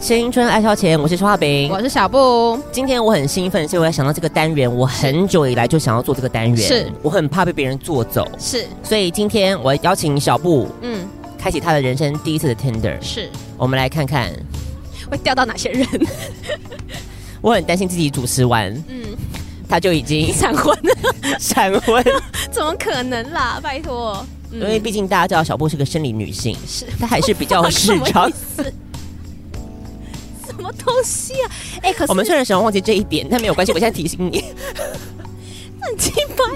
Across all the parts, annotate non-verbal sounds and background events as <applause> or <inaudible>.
青春爱消遣，我是邱画饼。我是小布，今天我很兴奋，是因为想到这个单元，我很久以来就想要做这个单元，是我很怕被别人做走，是，所以今天我邀请小布嗯，开启他的人生第一次的 Tinder，是，我们来看看。会钓到哪些 <laughs> 人？我很担心自己主持完，嗯，他就已经闪婚？闪 <laughs> 婚，怎么可能啦？拜托，嗯因为毕竟大家知道小布是个生理女性，是她还是比较什 <laughs> 擅么长意。思？什么东西啊？哎、可是我们虽然想忘记这一点，但没有关系，我现在提醒你。很奇怪，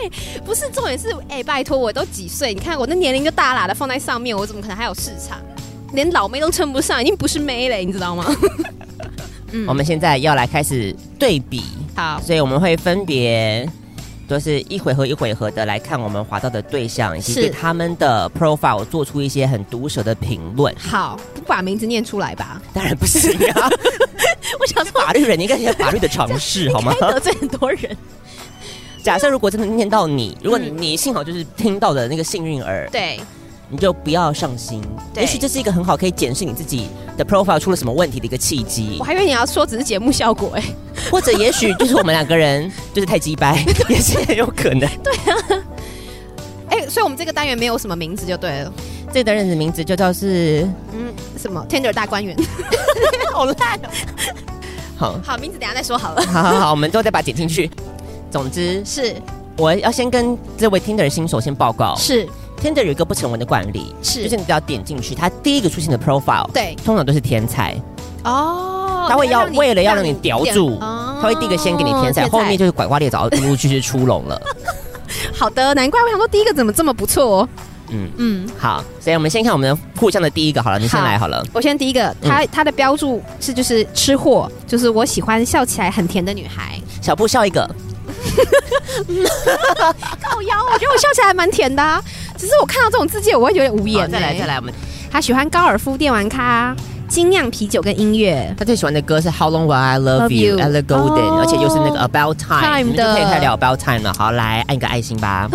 不是重点是，哎、拜托，我都几岁？你看我那年龄就大喇的放在上面，我怎么可能还有市场？连老妹都称不上，已经不是妹嘞，你知道吗？嗯我们现在要来开始对比， <laughs> 好，所以我们会分别就是一回合一回合的来看我们滑到的对象，以及是对他们的 profile 做出一些很毒舌的评论。好，不把名字念出来吧。当然不是 <laughs> 呀，我想说，法律人你应该有法律的常识 <laughs> 好吗？该得罪很多人。假设如果真的念到你，如果你幸好就是听到的那个幸运儿，对，你就不要上心。对也许这是一个很好可以检视你自己的 profile 出了什么问题的一个契机我，还以为你要说只是节目效果哎、或者也许就是我们两个人就是太鸡掰， <laughs> 也是很有可能。哎、所以我们这个单元没有什么名字就对了。这段日子名字就叫是嗯，什么 Tender 大观园？ <laughs> 好烂、哦。好，好，名字等一下再说好了。好好好，我们之后再把它剪进去。总之，是我要先跟这位 Tinder 新手先报告是，Tinder 有一个不成文的惯例，是就是你只要点进去，它第一个出现的 profile，，对通常都是天才，哦，他会要为了要让你叼住，他他会第一个先给你天才，后面就是拐瓜裂枣，陆陆续续出笼了。好的。难怪我想说第一个怎么这么不错、哦。嗯，嗯，好，所以我们先看我们互相的第一个好了，你先好来好了。我先第一个，他他的标注是就是吃货，就是我喜欢笑起来很甜的女孩。小布笑一个，啊靠腰，我觉得我笑起来还蛮甜的、啊，只是我看到这种字迹我会有点无言、好再来哎再。来，我们他喜欢高尔夫电玩咖、精酿啤酒跟音乐。他最喜欢的歌是 How Long Will I Love Love You, You Ella Golden，、哦而且又是那个 About Time，, Time 你们就的可以开始聊 About Time 了。好，来按一个爱心吧。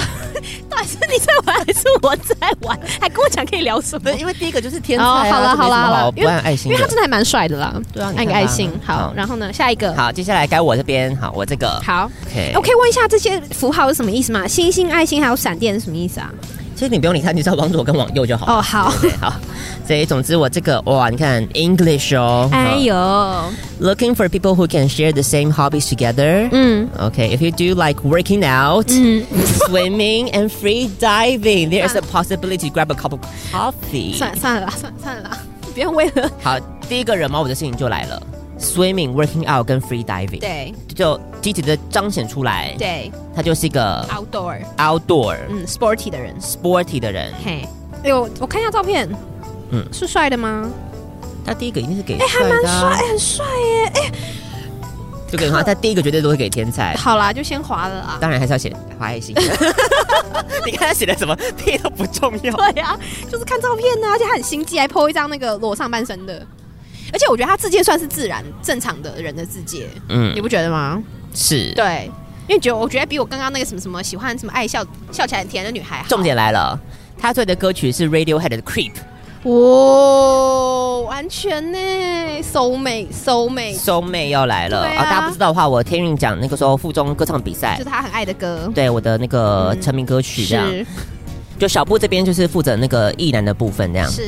到底是你在玩还是我在玩？还跟我讲可以聊什么？因为第一个就是天才啊好了这没好什么了好哦好了，不不按爱因心为他真的还蛮帅的啦。对啊你看吧按个爱心。好好，然后呢，下一个。好，接下来该我这边，好，我这个好， OK 我可以问一下这些符号是什么意思吗？星星、爱心还有闪电是什么意思啊？其实你不用理他，你只要往左跟往右就好。哦，好。对， <laughs> 好。所以总之我这个哇，你看 English 哦，哎呦，好，Looking for people who can share the same hobbies together. 嗯 Okay, if you do like working out, 嗯， swimming, and free diving, there is a possibility to grab a cup of coffee. Ah 算了算了啦，算了算了啦， <laughs> 不要为了好，第一个人嘛，我的事情就来了，swimming、working out 跟 free diving，，对就积极的彰显出来，对他就是一个 outdoor outdoor 嗯 sporty 的人。 sporty 的人。嘿，哎呦，我看一下照片，嗯嗯，是帅的吗？他第一个一定是给哎，还帅蛮的帅，啊，很帅耶。哎，就给他，他第一个绝对都会给天才。好啦，就先划了啊。当然还是要写花爱心。 <laughs> 你看他写的什么，屁都不重要。 <laughs> 对呀、就是看照片呢、啊而且他很心机，还 PO 一张那个裸上半身的。而且我觉得他字界算是自然正常的人的字界，嗯你，不觉得吗？是。对，因为觉得我觉得比我刚刚那个什么什么喜欢什么爱笑笑起来很甜的女孩好，重点来了，他最的歌曲是 Radiohead 的 Creep。哇、完全呢，收美收美，收妹要来了对啊大家不知道的话，我天韵奖那个时候附中歌唱比赛就是，他很爱的歌，对我的那个嗯成名歌曲这样。嗯是就小布这边就是负责那个艺男的部分，这样嗯是、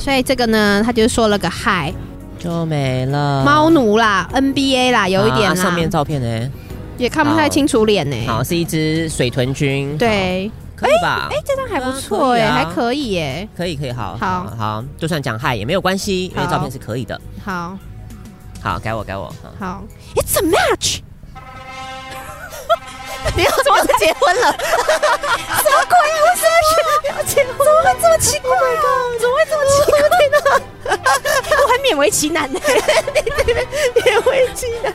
所以这个呢，他就说了个嗨，就没了。猫奴啦，NBA 啦，有一点嗯啦，啊上面照片呢，也看不太清楚脸呢、好，是一只水豚君，，对，可以吧？哎、这张还不错哎、啊可以啊还可以耶、可以可以，好，好好，就算讲嗨也没有关系，因为好照片是可以的。好好，改我改我， <laughs> 好好，It's a match <laughs> 你要怎么结婚了？ <laughs> 什么鬼啊？为什么要结婚？怎么会这么奇怪啊？怎么会这么奇怪呢？我还勉为其难呢、勉为其难。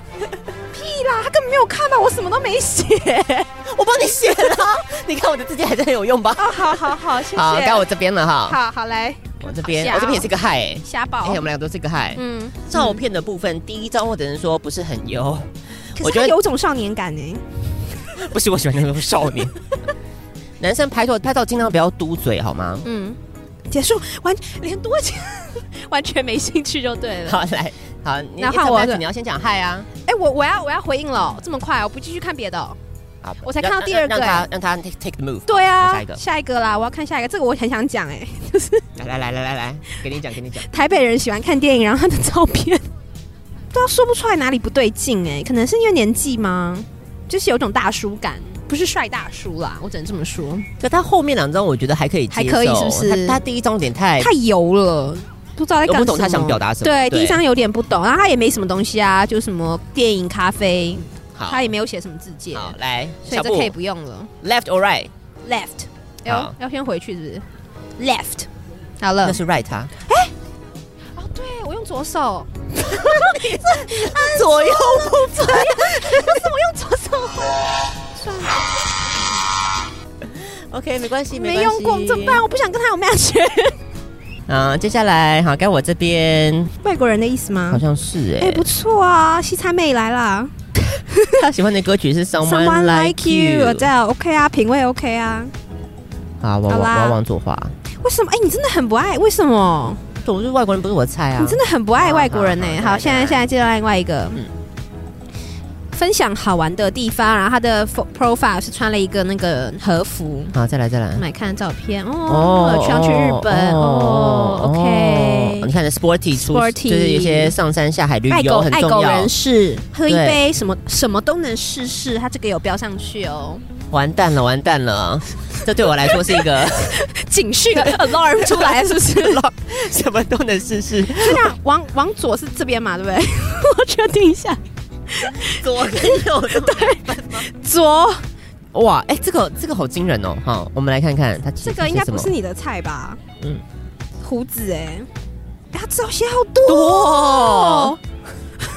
屁啦，他根本没有看到，我什么都没写。我帮你写了，你看我的字迹还是很有用吧？哦，好好好，谢 <laughs> 谢。好，该我这边了哈，好好来我这边吓我这边也是个嗨，哎瞎哎，报我。们两个都是个嗨。嗯，照片的部分，第一张我只能说不是很优，可我是觉他得有种少年感呢、不是我喜欢那种少 <laughs> 年。男生拍照拍照尽量不要嘟嘴好吗？ <laughs> 嗯，结束完连多久完全没兴趣就对 <laughs> 了。好，来好，你那你怎换我么样对子你要先讲嗨啊！哎，我我要我要回应了，这么快，我不继续看别的哦。好，我才让看到第二个让让他哎让他 take take the move。对啊，下一个啦，我要看下一个，这个我很想讲哎、来来来来来来，给你讲给你讲。台北人喜欢看电影，然后他的照片 <laughs> 都说不出来哪里不对劲哎、可能是因为年纪吗？就是有种大叔感，不是帅大叔啦，我只能这么说，可他后面两张我觉得还可以接受，还可以是不是他他第一张有点太太油了。不知道在干哎什么，我不懂他想表达什么对，对第一张有点不懂，然后他也没什么东西啊，就什么电影、咖啡，好他也没有写什么字界，好来所以小这布可以不用了。 left or right， Left，好要要先回去是不是？Left，好了那。是 right 啊，哦，对，我用左 <laughs> 手。左右不 <laughs> 分。不是我用左手，算了， OK，没关系，没用过怎么办？？我不想跟他有 match。啊，接下来好该我这边， <laughs> 外国人的意思吗好？像是哎、哎，不错啊，西餐妹来啦他喜欢的歌曲是 Someone ，Someone Like like you， You。这样 OK 啊，品味 OK 啊。好，我我好我啦要往左滑。为什么？哎、你真的很不爱，为什么？我就是外国人，不是我菜啊你。真的很不爱外国人呢、好好好好，现在再来现在介绍另外一个，嗯分享好玩的地方。然后他的 fo- profile 是穿了一个那个和服，好，再来再来。买看照片哦，去要去日本哦，OK 哦。你看这 sporty 出 Sporty 就是一些上山下海旅爱狗游很爱重狗要人。士，喝一对杯什么什么都能试试，它这个有标上去 <laughs> 哦。完蛋了，完蛋了，这对我来说是一个警讯 alarm 出来是 <laughs> 不是？ <laughs> 什么都能试试。就这样，往往左是这边嘛，对不 <laughs> 对？我确定一下，左跟右左 <laughs> 哇，哎、这个这个好惊人哦！好，我们来看看它这个应该不是你你的菜吧？嗯嗯，胡子哎、哎它字好写好多哦多，，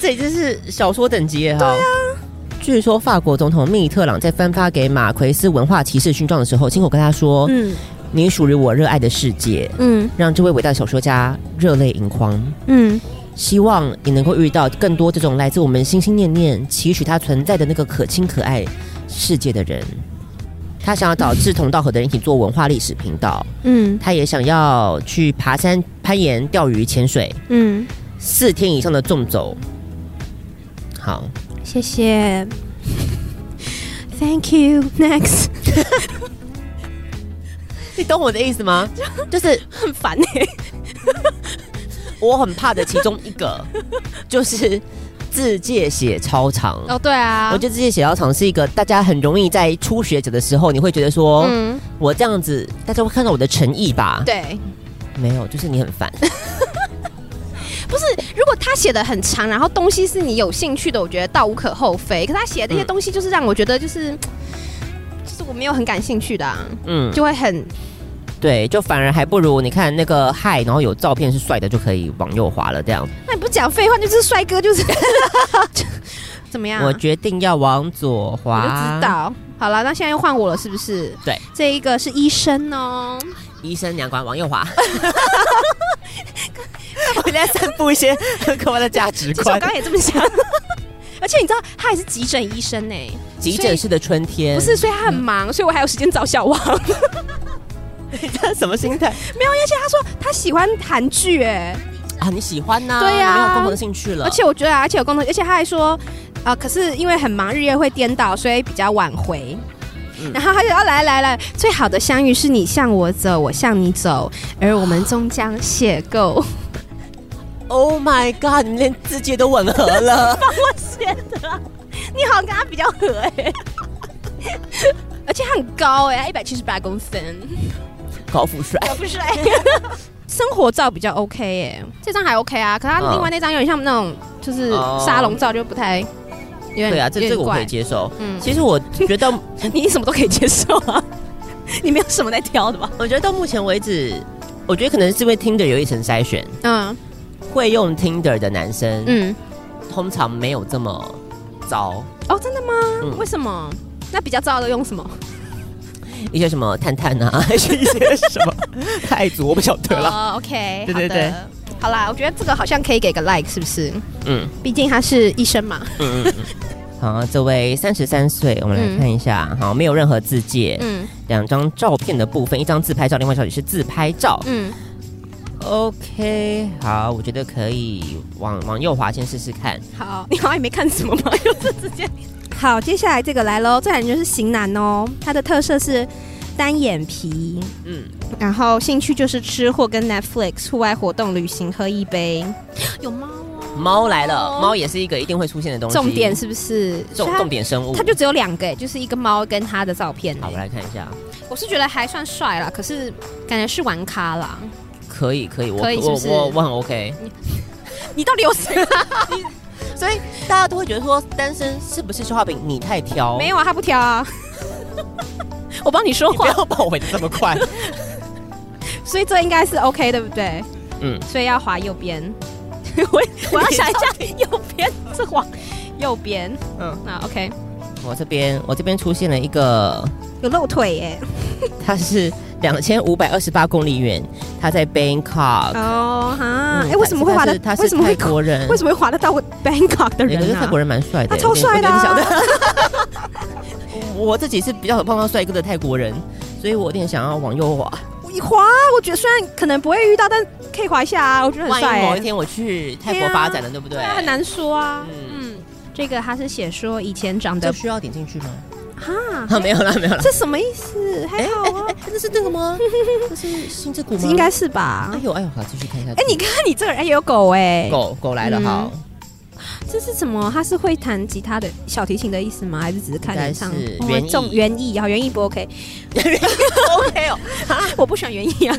这已经是小说等级了。对啊。据说法国总统密特朗在颁发给马奎斯文化骑士勋章的时候，亲口跟他说：“嗯你属于我热爱的世界。嗯”让这位伟大的小说家热泪盈眶。嗯，希望你能够遇到更多这种来自我们心心念念、期许它存在的那个可亲可爱世界的人。他想要找志同道合的人一起做文化历史频道，嗯他也想要去爬山、攀岩、钓鱼、潜水，嗯，四天以上的纵走。好，谢谢，Thank you next， <laughs> 你懂我的意思 <laughs> 吗？就是很烦哎、我很怕的其中一个，就是字界写超长。哦，对啊，我觉得字界写超长是一个大家很容易在初学者的时候，你会觉得说，嗯，我这样子，大家会看到我的诚意吧？，对，没有，就是你很 <laughs> 烦。不是，如果他写的很长，然后东西是你有兴趣的，我觉得倒无可厚非。可是他写的这些嗯东西，就是让我觉得就是，就是我没有很感兴趣的、啊，嗯，就会很对，就反而还不如你看那个嗨，然后有照片是帅的，就可以往右滑了。这样，那你不讲废话，就是帅哥， <laughs> 就是就怎么样？啊我决定要往左我就滑。知道。好了，那现在又换我了，是不是？对，这一个是医生哦，医生两管往右 <laughs> 滑。我在散布一些很可怕的价值其实我刚刚也这么想。而且你知道，他也是急诊医生呢、急诊嗯室的春天，不是，所以他很忙，所以我还有时间找小王。 <laughs> 这什么心态没有，而且他说他喜欢韩剧哎，啊？你喜欢呐、对呀你没有共同的兴趣了。而且我觉得啊，而且有共同，而且他还说，啊、可是因为很忙，日夜会颠倒，所以比较晚回。嗯然后他就要来来来，最好的相遇是你向我走，我向你走，而我们终将邂逅。 ，Oh my god，你们连字界都吻合了。你好像跟他比较合哎、而且他很高哎、他一百七十八公分， <laughs> 高富帅，不是、 <laughs> 生活照比较 OK 哎、这张还 OK 啊，可他嗯另外那张有点像那种就是哦沙龙照，就不太有点对啊，这这有点个我可怪以接受。嗯其实我觉得 <laughs> 你什么都可以接受啊，你没有什么在挑的吧？我觉得到目前为止，我觉得可能是因为 Tinder 有一层筛选，嗯会用 Tinder 的男生、嗯，通常没有这么糟，哦，真的吗？嗯为什么？那比较糟的用什么？一些什么探探啊， <laughs> 还是一些什 <laughs> 么泰族，我不晓得了。哦，OK，对好对对的，好啦，我觉得这个好像可以给个 like，是不是？嗯毕竟他是医生嘛。嗯嗯。嗯好，这位三十三岁，我们来看一下，好，没有任何字界，嗯嗯两张照片的部分，一张自拍照，另外一张也是自拍照，嗯， OK，好，我觉得可以往往右滑先试试看。好，你好像也没看什么嘛，就是直接。好，接下来这个来喽，这感觉是型男哦，他的特色是单眼皮，嗯，然后兴趣就是吃货跟 Netflix、户外活动、旅行、喝一杯。有猫哦，猫来了，猫也是一个一定会出现的东西。重点是不是？重所以他重点生物。他就只有两个，欸就是一个猫跟他的照片。好，我来看一下，我是觉得还算帅啦，可是感觉是玩咖啦。可以可以，我可以是不是我我我很 OK。你到底有谁？啊所以大家都会觉得说，单身是不是消化饼你太挑？ <laughs> 没有啊，他不挑 <laughs> 啊。我帮你说你不话，要把我回的这么快。所以这应该是 OK，对不对？嗯，所以要滑右边。 <laughs> 我我要想一下， <laughs> 右边是滑右边。嗯嗯，那 OK， <laughs> 我这边我这边出现了一个，有露腿耶。它是两千五百二十八公里远，它在 Bangkok。哦哈，嗯哎，为什么会滑的？他为是什么泰会国人， <laughs> 为什么会滑得到我 Bangkok 的我觉人得啊泰国？人蛮帅的，他超帅的啊我有点想我自己是比较有碰到帅哥的泰国人，所以我有点想要往右滑。你滑啊，我觉得虽然可能不会遇到，但可以滑一下啊，我觉得很万一帅耶。某一天我去泰国发展了，对不对？对啊，很。难说啊。嗯嗯，这个他是写说以前长这得需要点进去吗？哈，啊，没有 <laughs> 啦，没有啦。这什么意思？还哎好啊，这是那个吗？这是心之谷吗？应该。是吧哎？呦，哎呦，好，继续看一下。哎，你看你这个人，哎，有狗哎，狗狗来了，嗯好，这是什么？他是会弹吉他的小提琴的意思吗？还是只是看应该演唱是？哦园艺重园艺，好，园艺 <laughs> 不 OK， OK 哦。 <laughs> 我不喜欢园艺啊。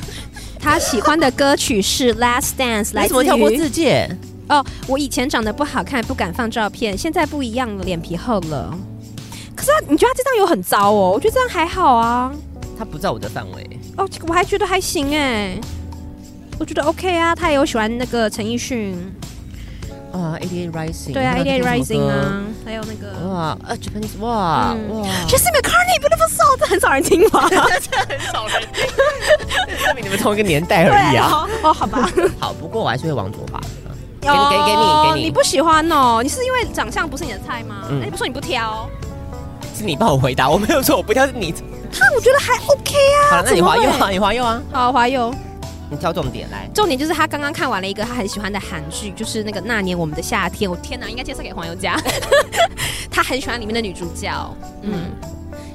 他喜欢的歌曲是《Last Dance》，来为什哎么自跳过于自界？哦，我以前长得不好看，不敢放照片，现在不一样了，脸皮厚了。可是他你觉得他这张有很糟哦？我觉得这张还好啊。他不在我的范围。哦，这个我还觉得还行哎，我觉得 OK 啊。他也有喜欢那个陈奕迅，啊，ADA Rising。对啊那，ADA 这是什 Rising 么歌。啊，还有那个哇，呃，Japanese，哇嗯 <laughs> 哇， Jesse McCartney Beautiful Soul，这很少人听 <laughs> 吧？很少人，证明你们同一个年代而已 <laughs> 对啊。啊，哦，好吧。好，不过我还是会往左滑。给你 <laughs> 给给你给你你不喜欢哦？你是因为长相不是你的菜吗？嗯哎，你不是说你不挑？是你帮我回答，我没有说我不挑，是你。 <laughs> 哈，我觉得还 OK 好啊。了，那你滑右怎么啊，会你滑右啊，好，华友。你挑重点来。重点就是他刚刚看完了一个他很喜欢的韩剧，就是那个《那年我们的夏天》。我天哪，应该介绍给黄 <laughs> 宥嘉。他很喜欢里面的女主角，嗯。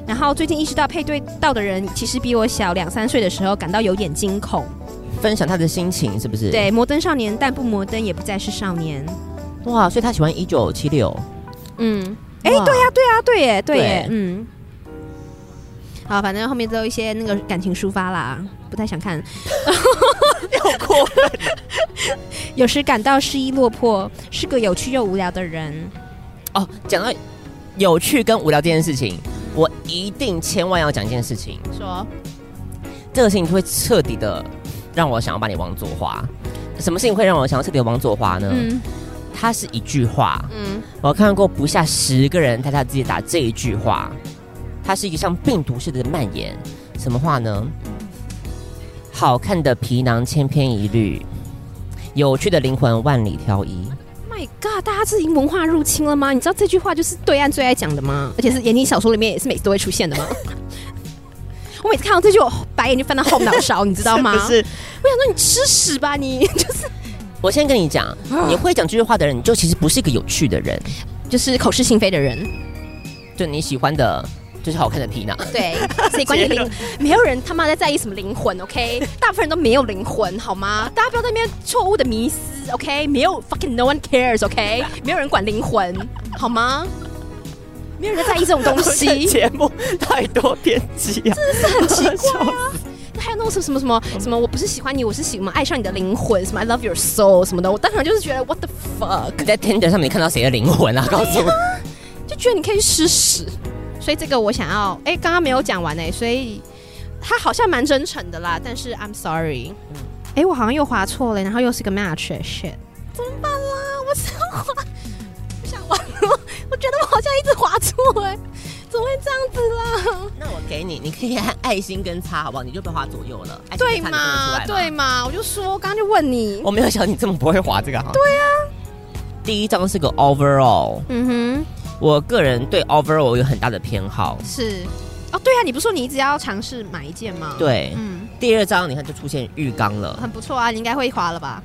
然后最近意识到配对到的人其实比我小两三岁的时候，感到有点惊恐。分享他的心情是不是？，对，摩登少年，但不摩登，也不再是少年。哇，所以他喜欢一九七六。嗯，哎、哇对呀、对呀、对耶，对耶对，嗯。好，反正后面都有一些那个感情抒发啦，不太想 <laughs> 看。有过分。 <laughs> 有时感到失意落魄，是个有趣又无聊的人。哦，讲到有趣跟无聊这件事情，我一定千万要讲一件事情，说这个事情会彻底的让我想要把你往左滑。什么事情会让我想要彻底地往左滑呢？嗯它是一句话，嗯，我看过不下十个人在他自己打这一句话，它是一个像病毒似的蔓延。什么话呢？好看的皮囊千篇一律，有趣的灵魂万里挑一。 My God！大家是已经文化入侵了吗？你知道这句话就是对岸最爱讲的吗？而且是言情小说里面也是每次都会出现的 <laughs> 吗？我每次看到这句，我白眼就翻到后脑勺，你知道 <laughs> 吗？是不是，我想说你吃屎吧你！ <laughs> 就是我先跟你讲，啊你会讲这句话的人，你就其实不是一个有趣的人。就是口是心非的人，就你喜欢的，就是好看的 <laughs> 皮囊。对，所以关于 <laughs> 结灵论，没有人他妈在在意什么灵魂，OK？大部分人都没有灵魂，好吗？大家不要在那边错误的迷思，OK？没有 fucking no one cares，OK？、没有人管灵魂，好吗？没有人在意这种 <laughs> 东 <laughs> 西。节目太多偏激啊，真是很奇怪、还有那种什么什么什么什么，我不是喜欢你，我是喜什么爱上你的灵魂，什么 I love your soul 什么的，我当场就是觉得 what the fuck，你在 Tinder 上面看到谁的灵魂哎啊？告诉我，就觉得你可以去吃屎。所以这个我想要，哎、刚刚没有讲完哎、所以他好像蛮真诚的啦，但是 I'm sorry，哎、我好像又划错了，然后又是个 match，shit，、怎么办啦？我想划，不想玩了， <laughs> 我觉得我好像一直划错哎、怎么会这样子啦？那我给你，你可以按爱心跟叉，好不好？你就不要画左右了。爱心对跟叉你分得出来嘛吗，对，嘛，我就说，刚刚就问你，我没有想到你这么不会滑这个哈。对啊，第一张是个 overall，嗯我个人对 overall 有很大的偏好，哼，是哦，对啊，你不是说你一直要尝试买一件吗？，对，嗯，第二章你看就出现浴缸 <laughs> 了，很不错啊，你应该会滑了吧？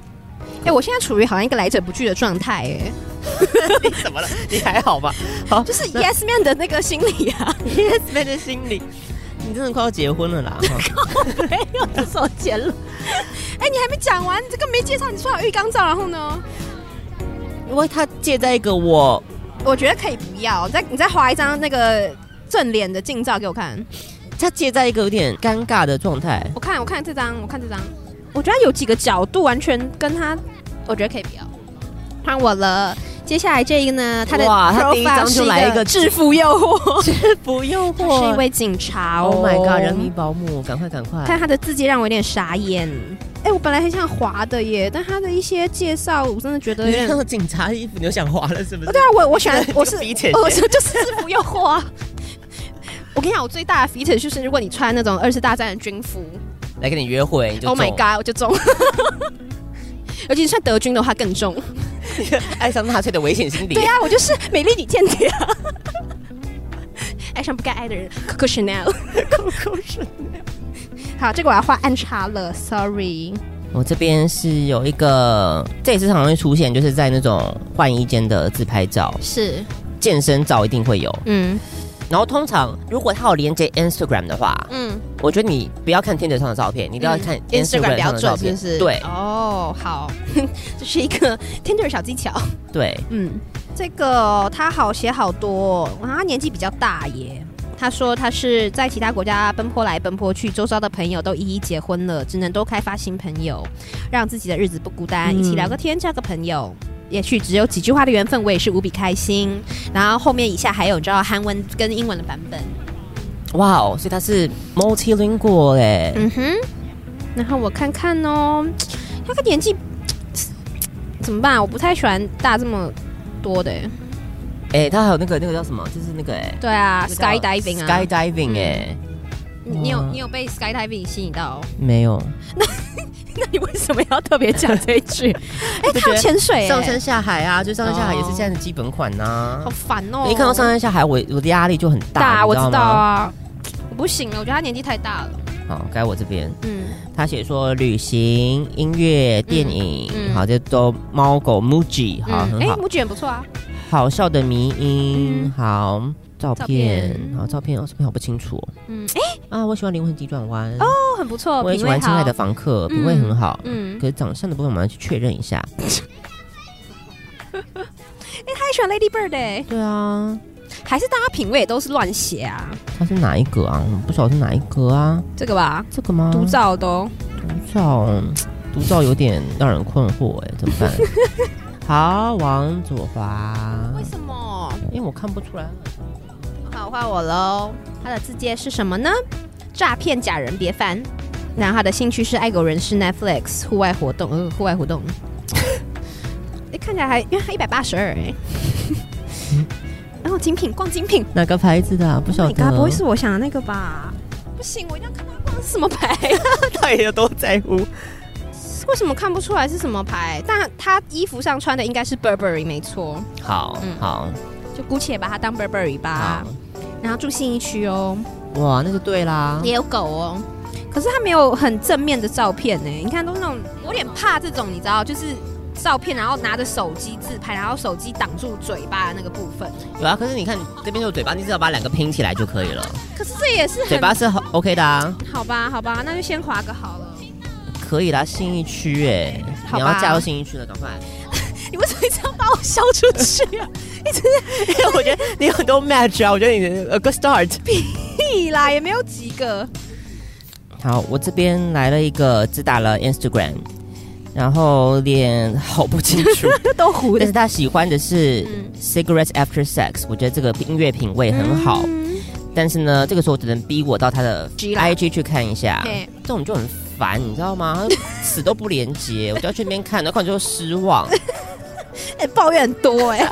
哎、我现在处于好像一个来者不拒的状态，哎，你怎么了？ <laughs> 你还好吧？好， <laughs> 就是 Yes Man 的那个心理啊， yes man 的心理， <laughs> 你真的快要结婚了啦！哈没有这种结论。 <laughs> 哎、你还没讲完，你这个没介绍，你说好浴缸照，然后呢？因为他借在一个我我觉得可以不要，再你再划一张那个正脸的近照给我看，他借在一个有点尴尬的状态，我看我看这张，我看这张，我觉得有几个角度完全跟他，我觉得可以不要。换我了，接下来这一个呢，他的哇他 profile 第一张就是来一个制服诱惑，不诱 <laughs> 是一位警察 <laughs> 哦 Oh my god！人民保姆，赶快赶快！看他的字迹让我有点傻眼。嗯哎、我本来很想滑的耶，但他的一些介绍，我真的 <laughs> 觉得有你看点。到警察衣服，你就想划了是不是？对啊，我我喜 <laughs> 欢这，个我是比起我是 <laughs> 就是制服诱惑啊。 <laughs> 我跟你讲，我最大的 feature 就是，如果你穿那种二次大战的军服来跟你约会，你就，Oh my 中 god，我就中。 <laughs> 尤其是穿德军的话 <laughs> 更重。爱上纳粹的危险心理对。啊，我就是美丽女间谍啊， <laughs> 爱上不该爱的人，Coco Chanel。口水好，这个我要画暗叉了，sorry。我这边是有一个，这也是常常会出现，就是在那种换衣间的自拍照、是，健身照一定会有。嗯然后通常如果它有连接 Instagram 的话，嗯。我觉得你不要看 Tinder 上的照片，你一定要看 Instagram 上的照片。对哦，好， <laughs> 这是一个 <laughs> Tinder 小技巧。对，嗯，这个他好写好多、哦，然后他年纪比较大耶。他说他是在其他国家奔波来奔波去，周遭的朋友都一一结婚了，只能多开发新朋友，让自己的日子不孤单，嗯一起聊个天，交个朋友。也许只有几句话的缘分，我也是无比开心。然后后面以下还有你知道韩文跟英文的版本，哇哦，所以它是 multilingual 哎、嗯哼，然后我看看哦，他个年纪怎么办啊、我不太喜欢大这么多的欸。哎、它还有那个那个叫什么，就是那个哎、对啊那个叫，skydiving 啊嗯 skydiving 哎、你你有哇你有被 skydiving 吸 <laughs> 引到、哦？没有那你为什么要特别讲这一 <laughs> 句？哎、就他有觉得潜水、欸，上山下海啊，就上山下海也是哦现在的基本款呐、好烦哦、一看到上山下海，我我的压力就很大，大，你我知知道道吗？啊，我不行了，我觉得他年纪太大了。好，该我这边，嗯，他写说旅行、音乐、电影，嗯好，这都猫狗 Muji，好，嗯很好。母卷不错啊。好笑的迷音，嗯好照照片，片好照片，哦，照片好不清楚、哦、嗯，哎、啊！我喜欢灵魂急转弯，哦，很不错，我也喜品味欢亲好爱的。房客，嗯品味很好。嗯，可是长相的部分我们要去确认一下。他还喜欢 Lady Bird 哎、对啊，还是大家品味也都是乱写啊？他是哪一个啊？我不晓得是哪一个啊？这个吧，这个吗？独照的哦。独照，独照有点让人困惑哎、怎么 <laughs> 办？好，往左滑，为什么？因为我看不出来。啊好，换我喽。他的字界是什么呢？诈骗假人别烦。然后他的兴趣是爱狗人士 Netflix 户外活动，呃，户外活动。 <laughs> 哎，看起来还，因为他一百八十二 <laughs> 哎。然后精品逛精品哪个牌子的啊、不晓，Oh my 得。 god，不会是我想的那个吧？不行，我一定要看他逛什么 <laughs> 牌。到底有多在乎？为什么看不出来是什么牌？但他衣服上穿的应该是 Burberry 没错，好嗯好就姑且把它当 Burberry 吧好。，嗯然后住信义区哦。哇，那就对啦。也有狗哦。可是他没有很正面的照片呢，你看都是那种，我有点怕这种，你知道，就是照片，然后拿着手机自拍，然后手机挡住嘴巴的那个部分。有啊，可是你看这边有嘴巴，你只要把两个拼起来就可以 <laughs> 了。可是这也是很嘴巴是好 OK 的啊，好吧，好吧，那就先划个好了。可以啦。信义区哎，好你吧要嫁到信义区了，赶快。你为什么一直要把我消出去啊？我觉得 <laughs> 你很多 match 啊，我觉得你呃 good start。 <laughs> 屁啦，也没有几个。 <laughs> 好，我这边来了一个，只打了 Instagram，然后脸好不清 <laughs> 楚，都糊但是，他喜欢的是嗯 Cigarettes After Sex，我觉得这个音乐品味 <laughs> 很好。嗯但是呢，这个时候只能逼我到他的 G 啦 IG 去看一下，对这种就很烦，你知道吗？他死都不连 <laughs> 接，我就要去那边看，然后看完之后失望。哎、抱怨很多哎、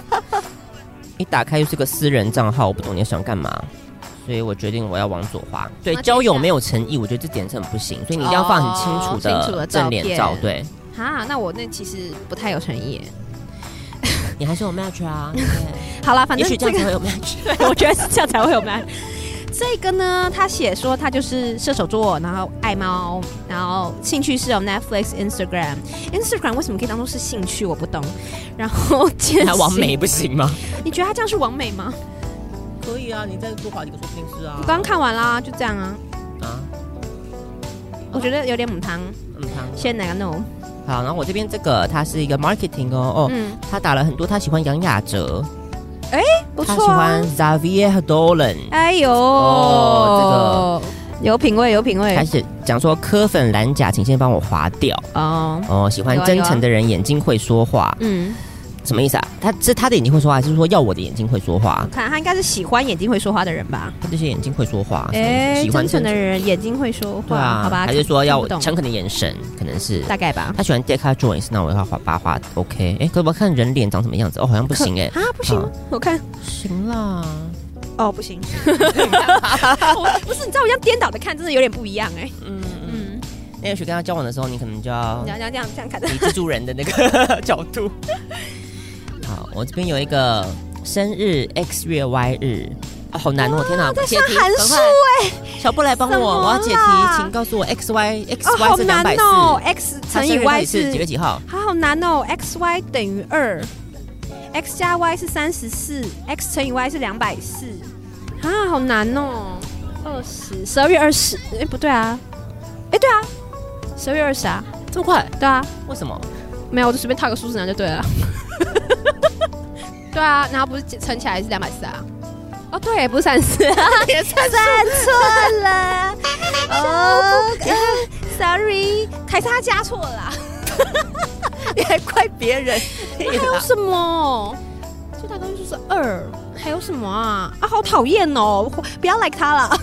一打开就是个私人账号，我不懂你想干嘛，所以我决定我要往左滑。对那，接下来交友没有诚意，我觉得这点是很不行，所以你一定要放很清楚哦清楚的的照正片脸照。对，哈，那我那其实不太有诚意欸耶。你还是有 match 啊，对 <laughs> 好啦，反也正许这这样才会个 <laughs> 有 match。 <laughs> 我觉得是这样才会有 match。这这个呢，他写说他就是射手座，然后爱猫，然后兴趣是有 Netflix、Instagram。Instagram 为什么可以当做是兴趣？我不懂。然后健那行， <laughs> 完美不行吗？你觉得他这样是完美吗？可以啊，你再多划几个说不定是啊我刚看完啦，就这样啊。啊，我觉得有点母汤，嗯，好先哪个 no？好，然后我这边这个它是一个 marketing 哦，哦，嗯，他打了很多，他喜欢杨雅哲，不他错喜啊。欢 Xavier Dolan，哎呦，哦这个有品味，有品开味始讲说科粉蓝甲，请先帮我划掉哦。哦，喜欢有啊真有啊诚的人，眼睛会说话，嗯，什么意思啊？他这他的眼睛会说话，还是说要我的眼睛会说话？看他应该是喜欢眼睛会说话的人吧？他这些眼睛会说话，什么意思哎，啊喜欢真诚的人眼睛会说对话，啊，好吧？还是说看要不我懂，诚恳的眼神，可能是大概吧。他喜欢 Deca Jones，那我要画八画 OK，哎，可我要看人脸长什么样子，哦，好像不行哎，啊，不行吗，我看行啦，哦，不 <laughs> 行，我不是你知道我这样颠倒的看，真的有点不一样哎。嗯嗯，嗯，那也许跟他交往的时候，你可能就要你要你要这样这样 <laughs> 看的以蜘蛛人的那个 <laughs> 角度。好，我这边有一个生日 X 月 Y 日。啊、好难哦！天哪，在解上题函赶数欸快小布来帮什么我，我要解题啦，请告诉我 x y x 哦， y 好是两难百四，哦，x 它乘生以日到 y 底是几月是，几号？它好难哦，x y 等于二，x 加 y 是三十四，x 乘以 y 是两百四，啊，好难哦，二十，十二月二十，哎，不对啊，哎，对啊，十二月二十啊，这么快？对啊，为 <laughs> 什么？没有，我就随便套个数字然后就对 <laughs> 了。对啊，然后不是乘起来是两百四啊？哦，对，不是三四，也算错了。哦、s o r r y 还是他加错了啦。你还怪别 <laughs> 人？那还有啊什么？最大公约数是二，还有什么啊？啊，好讨厌哦！不要 like 他了。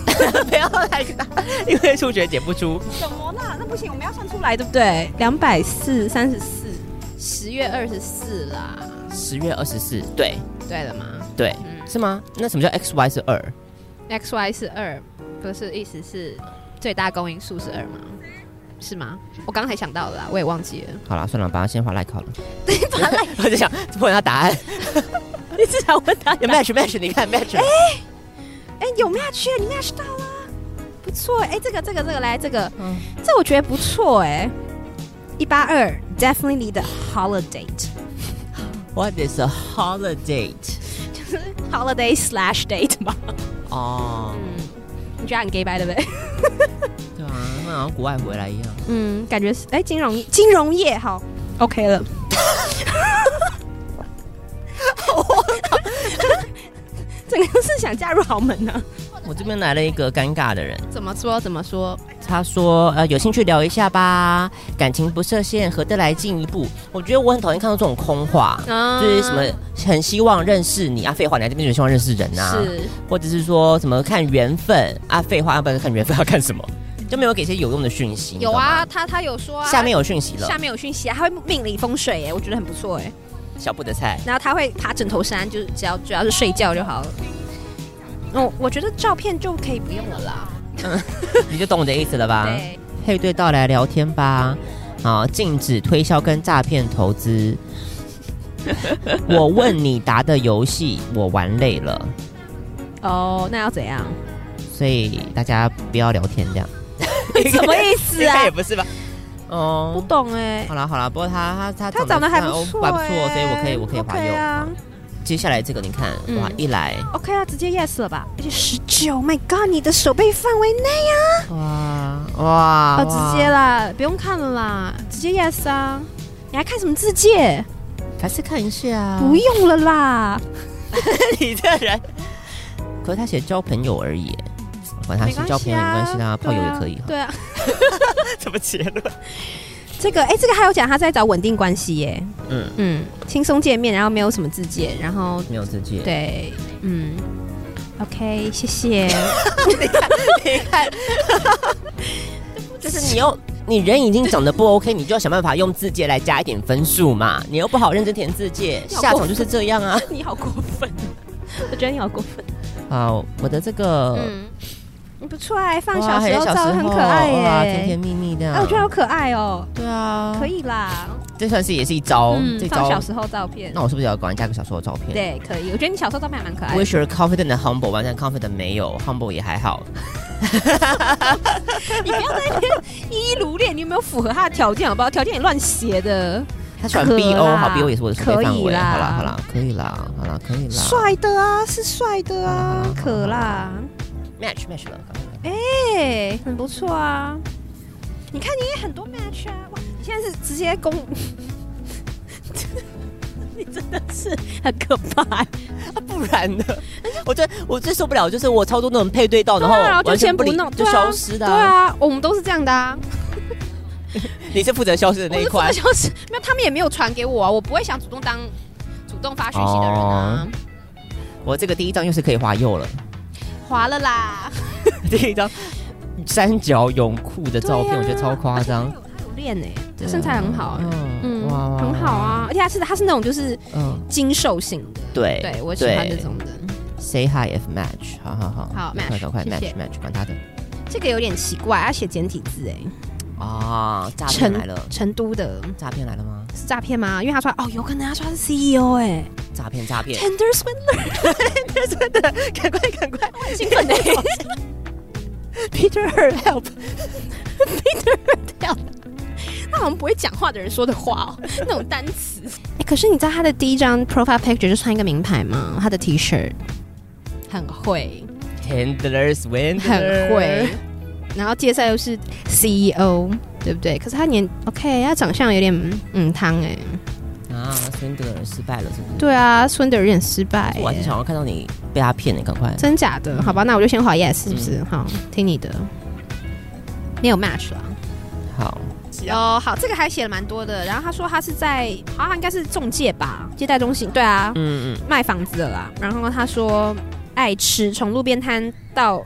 不要来他，因为数学解不出。什么啦？那不行，我们要算出来，对不对？两百四，三十四，十月二十四啦。十月二十四，对对了吗？对，嗯是吗？那什么叫 x y 是二？ x y 是二，不是意思是最大公因数是二吗？是吗？我刚才想到了啦，我也忘记了。好啦，算了，把它先划 like 好了。对，把赖， <laughs> 我就想问他答案， <laughs> 你至少问他 <laughs> 有 match match，你看 match 吗。哎、有 match，你 match 到啦，不错。哎、这个这个这个来这个，嗯这我觉得不错哎、一八二，definitely need a holiday， What is a holiday？ <laughs> 就是 holiday slash date 吧。哦，嗯，你觉得很 gay 白对不对？对啊，那好像国外回来一样。嗯，感觉是哎、金融金融业好，OK <laughs> 了。整个是想嫁入豪门呢、我这边来了一个尴尬的人，怎么说？怎么说？他说：“呃，有兴趣聊一下吧，感情不设限，合得来进一步。”我觉得我很讨厌看到这种空话，啊就是什么很希望认识你啊，废话，你来这边就希望认识人啊，是或者是说什么看缘分啊，废话，要不然看缘分要看什么，就没有给一些有用的讯息。你有懂啊，吗，他他有说啊，下面有讯息了下，面有讯息啊，他会命理风水哎，我觉得很不错哎。小布的菜。然后他会爬枕头山，就是只要主要是睡觉就好了。哦，我觉得照片就可以不用了啦。你就懂我的意思了吧？对，配对到来聊天吧，啊，禁止推销跟诈骗投 <laughs> 资。我问你答的游戏我玩累了，哦，那要怎 <laughs> 样？所以大家不要聊天这样。 <laughs> 什么意思应该 <laughs> 啊也？不是吧？不哦，懂哎、好啦好啦，不过他他他他长得还不哦错、欸，还不错，所以我可以我可以滑 OK 右。啊接下来这个你看，嗯哇，一来，OK 啊，直接 yes 了吧？而且十九，My，Oh God，你的手背范围内哇哇，哇啊，直接，啦，不用看了啦，直接 yes 啊。你还看什么字界？还是看一下啊。不用了啦，你这人， <laughs> 可是他写交朋友而已，管他没是关交朋系友也啊，没关系，他对炮友啊也可以哈。对啊， <laughs> 怎么结论？这个哎、这个还有讲他在找稳定关系耶，嗯，嗯，轻松见面，然后没有什么字界，然后没有自己。对，嗯，OK，<laughs> 谢谢。就是你又你人已经长得不 OK，你就要想办法用字界来加一点分数嘛。你又不好认真填字界，要下场就是这样啊。你好过分， <laughs> 我觉得你好过分。好，我的这个。嗯，你不错哎，放哇小还时有候小照时很候可哇爱耶，啊甜甜蜜蜜的。哎，我觉得好可爱哦，对啊，可以啦。这算是也是一招，嗯这，放招小。时候照片那。我是不是也要赶快加个小时候的照片？对，可以。我觉得你小时候照片还蛮可爱的。 Wish you're confident and humble，完全 confident 没有，humble 也还好。 <laughs> 你不要在那边一一罗列，你有没有符合他的条件？好不好？条件也乱写的，他喜欢可 BO，啦好 BO 也是我的审可美以范围。啦好啦好啦，可以啦，好啦可以啦。帅的啊，是帅的好啦好啊啦，可啦， match match 了，哎，很不错啊。你看你也很多 match 啊，哇，你现在是直接公， <laughs> 你真的是很可怕。不然呢？我最我最受不了就是我超多那种配对到，然后对啊就完全先不理弄就对啊消失的对啊。啊，我们都是这样的啊。你是负责消失的我那一是这么块。想死，没有，他们也没有传给我啊，我不会想主动当主动发讯息的人哦啊。我这个第一张又是可以滑右了， <laughs> 划了啦，第一张三角泳裤的照片，对啊我觉得超夸张他。有他有练哎、他身材很好、欸，嗯嗯，很好。啊，而且他是他是那种就是嗯，精瘦型的，对对我喜欢对这种的。 Say hi if match，好好好，好快 match，快快谢谢 match match，管他的这个有点奇怪，他写简体字哎、啊，诈骗成来了，成都的诈骗来了吗？是诈骗吗？因为他说哦，有可能他说他是 CEO 哎、诈骗诈骗 <laughs> t，e n d e r Swindler，赶快赶快兴奋哎、 ，Peter her help，那好像不会讲话的人说的话哦，那种单词。哎、可是你知道他的第一张 profile picture 就穿一个名牌吗？他的 T 恤很会， Handlers win，很会。然后介绍又是 CEO，对不对？可是他年 OK，他长相有点嗯汤哎、啊！孙德尔失败了，是不是？对啊，孙德有点失败、我还是哎想要看到你被他骗的，赶快。真假的？好吧，那我就先划 yes，是不是？好，听你的。你有 match 啦？好，哦，好，这个还写了蛮多的。然后他说他是在，好像应该是中介吧，接待中心。对啊，嗯嗯，卖房子了啦。然后他说爱吃，从路边摊到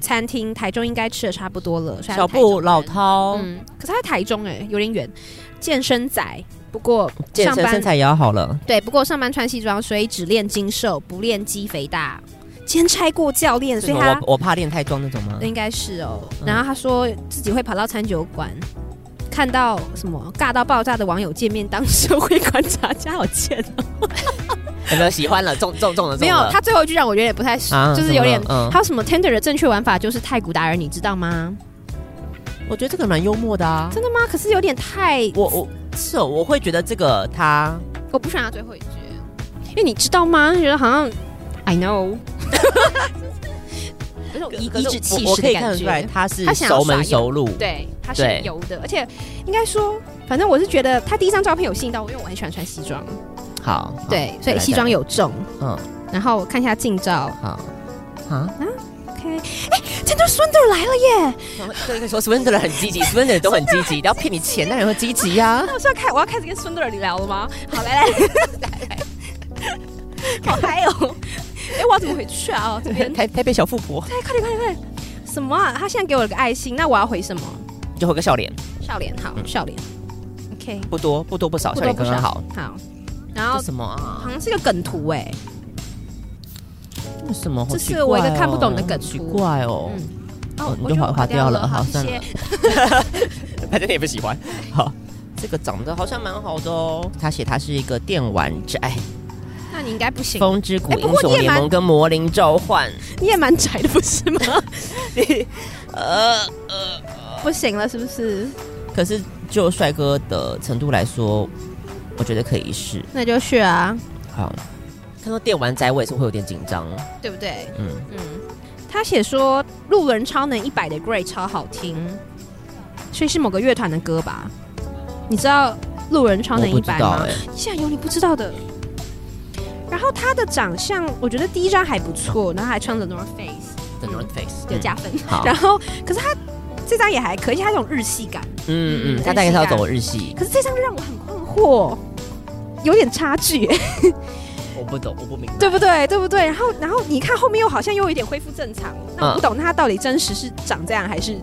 餐厅，台中应该吃的差不多了。所以他是小台中布人老涛，嗯，可是他在台中哎、有点远。健身仔，不过健上身班身材也要好了，对，不过上班穿西装，所以只练精瘦，不练肌肥大。兼差过教练，所以是他吗我我怕练太壮那种吗？应该是哦。嗯然后他说自己会跑到餐酒馆。看到什么尬到爆炸的网友见面当社会观察家，好贱哦！有没有喜欢了？中中啊中了，中了没有，他最后一句让我有点不太，啊就是有点怎么了嗯还有什么 Tender 的正确玩法就是太古达人，你知道吗？我觉得这个蛮幽默的啊。真的吗？可是有点太，我我是哦，我会觉得这个他我不喜欢他最后一句，因为你知道吗？觉得好像 I know，有种颐可颐是指气我我使可的以看感得出来觉。他是他想要熟门耍幽熟路，对，他是对油的，而且应该说，反正我是觉得他第一张照片有吸引到我，因为我很喜欢穿西装，好，好，对，所再以哦来西装有重。嗯，然后我看一下近照好。啊， <laughs> ，OK，哎，Tender Swindler 来了耶！对，跟你说 Swindler 很积极，Swindler 都很积极，然后骗你钱，当然会积极啊 <laughs> 呀。那我是要开，我要开始跟孙德尔聊了吗？好， <laughs> 来来来来，好嗨哦！哎，我要怎么回去啊？哦这边，台台北小富婆，哎，快点快点快点！什么啊？他现在给我了个爱心，那我要回什么？就回个笑脸，笑脸，好，嗯笑脸，OK，不多不多不少，不笑多脸不刚少刚好。，好。然这后什么啊好？像是个梗图哎，为什么？好这奇是我一个怪哦看不懂的梗好图奇怪哦，嗯哦你就划划掉了好谢算谢。反正你也不喜欢。好，这个长得好像蛮好的哦。他写他是一个电玩宅，哎那你应该不行，风之谷哎不英过雄你也联盟蛮跟魔灵召唤，你也蛮宅的不是 <laughs> 吗？呃，不行了是不是？可是就帅哥的程度来说，我觉得可以一试。那就去啊，好，看到电玩宅我也是会有点紧张，对不对？嗯，嗯，他写说路人超能一百的 Grey 超好听，所以是某个乐团的歌吧？你知道路人超我能不一知百道吗嗯哎、？竟然有你不知道的。然后他的长相，我觉得第一张还不错，然后还穿着 North Face， The North Face 有加分。嗯 <laughs> 好然后，可是他这张也还可以，他有种日系感。嗯嗯嗯，嗯他大概是要日系啊走日系，可是这张让我很困惑，有点差距，我不懂，我不明白。对不对？对不对？然后，然后你看后面又好像又有一点恢复正常，嗯那我不懂，那他到底真实是长这样，还是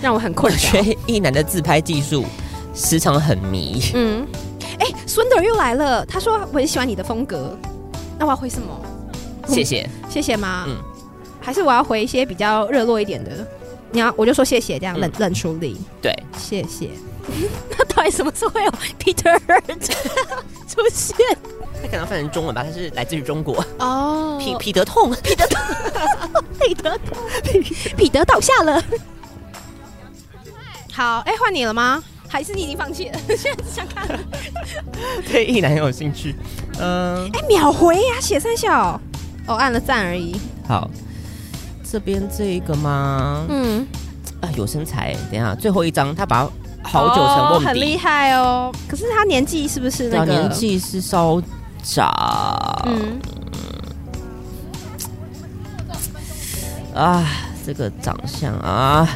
让我 <laughs> 很我困觉扰？得一男的自拍技术时常很迷，嗯，哎，孙德又来了，他说我很喜欢你的风格，那我要回什么？谢谢。谢谢吗？嗯还是我要回一些比较热络一点的？你要我就说谢谢这样冷、嗯冷处理，对，谢谢。 <laughs> 那到底什么时候会有 Peter Hurt 出现？他可能翻成中文吧，他是来自于中国，哦彼彼得痛，彼得痛，彼得，彼得倒下了，好，哎、换你了吗？还是你已经放弃了？现在只想看了。 <laughs> 对一男很有兴趣。嗯，哎、秒回呀、写三小，哦，按了赞而已。好，这边这个吗？嗯，啊，有身材，等一下最后一张，他把好久成哦瓮很底，厉害哦。可是他年纪是不是对啊那个？年纪是稍长、嗯，啊，这个长相啊，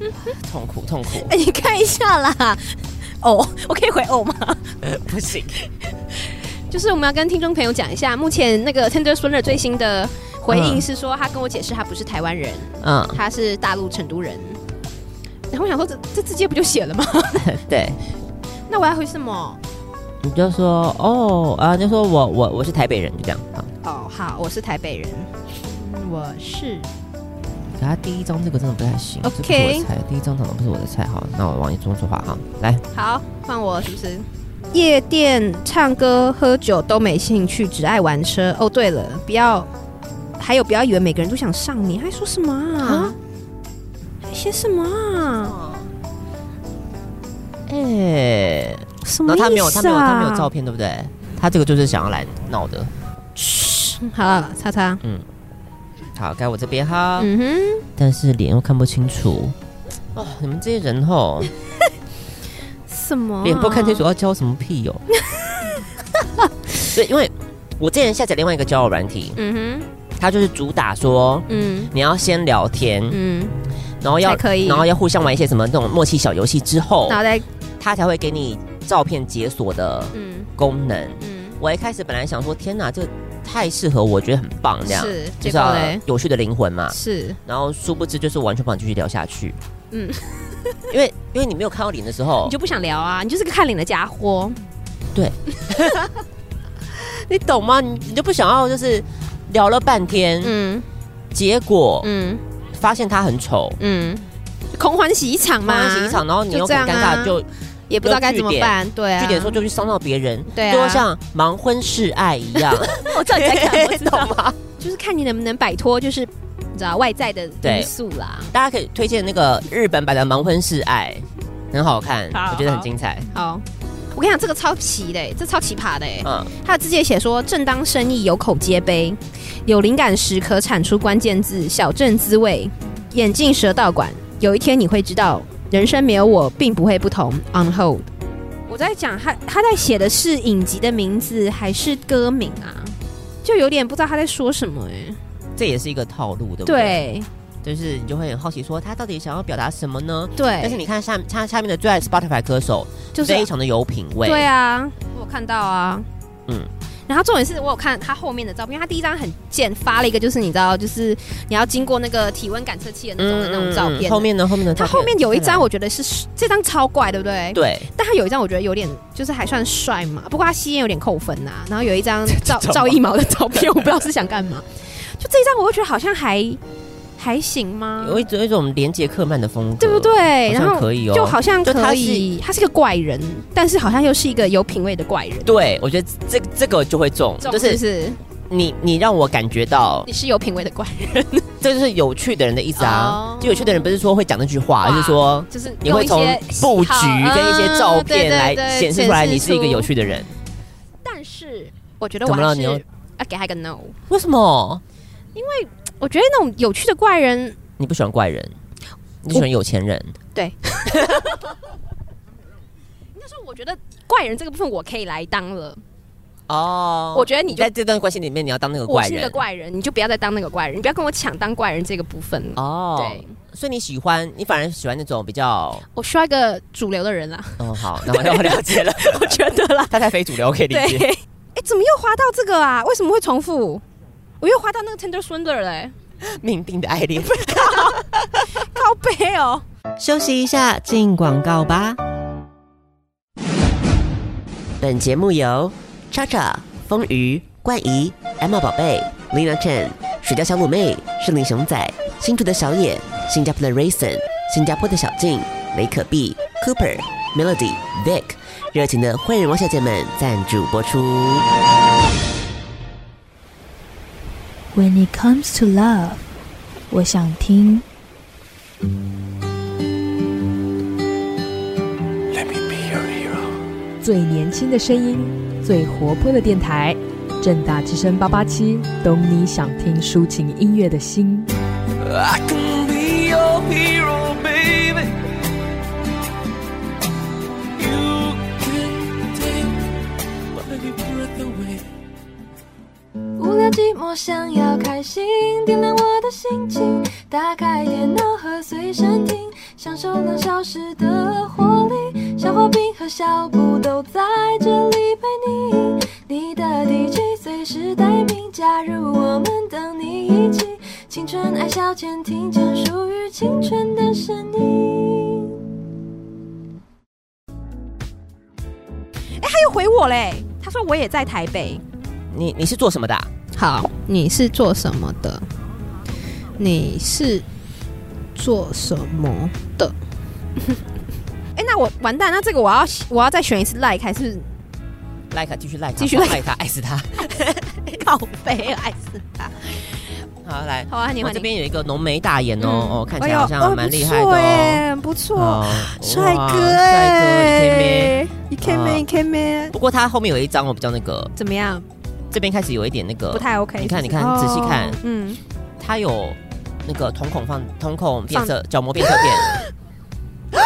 嗯痛苦痛苦，哎、你看一下啦。哦，我可以回哦吗？ <laughs> 不行，就是我们要跟听众朋友讲一下，目前那个 Tender Swinner 最新的回应是说，他跟我解释他不是台湾人，嗯，他是大陆成都人。然后我想说这，这直接不就写了吗？对， <laughs> 那我要回什么？你就说哦啊，你就说我我我是台北人，就这样啊。哦，好，我是台北人，嗯我是可他第一张这个真的不太行 OK 这不是我的菜，第一张可能不是我的菜，好，那我往你中说话哈，来，好，换我是不是？夜店唱歌、喝酒都没兴趣，只爱玩车。哦，对了，不要，还有不要以为每个人都想上你，还说什么啊啊？还写什么啊？哎、什然后么意思、啊？他没有他没有他没有照片，对不对？他这个就是想要来闹的。嗯好了，叉叉。好，该我这边哈，嗯哼，但是脸又看不清楚。哦，你们这些人 <laughs> 吼，什么、脸不看清楚，要交什么屁 <laughs> 友？对，因为我之前下载另外一个交友软体，嗯哼，它就是主打说嗯你要先聊天，嗯，然后要才可以然后要互相玩一些什么那种默契小游戏之后，脑袋，它才会给你照片解锁的嗯功能。嗯，我一开始本来想说，天哪，这太适合我，我觉得很棒，这样是，就结是果要嘞，有趣的灵魂嘛。是，然后殊不知就是完全不想继续聊下去。嗯嗯， <laughs> 因为因为你没有看到脸的时候你，就不想聊啊？你就是个看脸的家伙。你懂吗？你你就不想要就是聊了半天，嗯结果、嗯发现他很丑，嗯，空欢喜一场嘛，发现一场，然后你又就很这样尴啊尬，就也不知道该怎么办，对啊，据点说就去伤到别人，对啊就会像盲婚试爱一样， <laughs> 我知道你在干嘛，我知 <laughs> 道懂吗？就是看你能不能摆脱，就是你知道外在的对因素啦。大家可以推荐那个日本版的盲婚试爱，很好看，好我觉得很精彩。好，我跟你讲，这个超奇的欸，这超奇葩的欸。嗯，他直接写说：正当生意有口皆碑，有灵感时可产出关键字“小镇滋味”，眼镜蛇道馆。有一天你会知道，人生没有我并不会不同。On hold，我在讲他他在写的是影集的名字还是歌名啊？就有点不知道他在说什么哎、这也是一个套路，对不对？对对，就是你就会很好奇说他到底想要表达什么呢？对，但是你看下他下面的最爱 Spotify 歌手，就是非常的有品味。对啊，我有看到啊。嗯嗯，然后重点是我有看他后面的照片，因为他第一张很贱，发了一个就是你知道，就是你要经过那个体温感测器的那种的那种照片。嗯后面呢？后面呢？他后面有一张，我觉得是这张超怪，对不对？。对但他有一张我觉得有点就是还算帅嘛，不过他吸烟有点扣分呐、然后有一张 <laughs> 赵这种吗赵一毛的照片，我 <laughs> 不知道是想干嘛。就这一张，我会觉得好像还还行吗？有一种有一种连杰克曼的风格，嗯对不？对？好然像后可以哦，就好像就他可以，他是个怪人，但是好像又是一个有品味的怪人。对，我觉得这这个就会中，就就是是你你让我感觉到，你是有品味 <laughs> 的怪人，这就是有趣的人的意思啊。哦就有趣的人不是说会讲那句话，哇而是说就是你会从用一些喜好布局跟一些照片嗯对对来对显示出来你是一显个示出有趣的人。但是我觉得我怎么了还是你又要给他一个 no。为什么我觉得那种有趣的怪人，你不喜欢怪人？你喜欢有钱人？应该说我觉得怪人这个部分我可以来当了。哦我觉得你就在这段关系里面，你要当那个我怪是那个人。怪人，你就不要再当那个怪人，你不要跟我抢当怪人这个部分了。哦，对，所以你喜欢，你反而喜欢那种比较……我需要一个主流的人 <laughs> 啦，嗯，好，那我那我了解了，我觉得啦。他太非主流，我可以理对，解。哎、哎，怎么又滑到这个啊？为什么会重复？我又滑到那个 Tender Swindler 嘞、命定的爱恋。靠背哦。休息一下，进广告吧。本节目由叉叉、风鱼、冠仪、Emma 宝贝、Lina Chen、水饺小卤妹、圣林熊仔、新竹的小野、新加坡的 Raisin、新加坡的小静、雷可碧、Cooper、Melody、Vic，热情的坏人王小姐们赞助播出。 When it comes to love，我想听 Let me be your hero. 最年轻的声音，最活泼的电台，正大之声八八七，懂你想听抒情音乐的心。 I can be your hero, baby. You can take my breath away. 无聊寂寞，想要开心，点亮我的心情。打开电脑和随身听，享受两小时的活力。小花瓶和小布都在这里陪你，你的 DJ 随时待命，加入我们，等你一起。青春爱消遣，听见属于青春的声音。他又回我嘞，他说我也在台北，你你是做什么的啊、好，你是做什么的？你是做什么的？哎，那我完蛋，那这个我要我要再选一次 like 还是 like 啊继续 like 继续 like like 他，爱死他。靠背爱死他？好来，好啊，你我换这你。边有一个浓眉大眼哦，嗯哦，看起来好像蛮厉害的不错哦。耶，不错，哦帅哇哥帅哥，你可以哎，一 K 哇妹，一 K 妹，不过他后面有一张我比较那个，怎么样？这边开始有一点那个不，太 OK。你看是你不是看仔细看，嗯，他有那个瞳孔放瞳孔变放色，角膜变色片，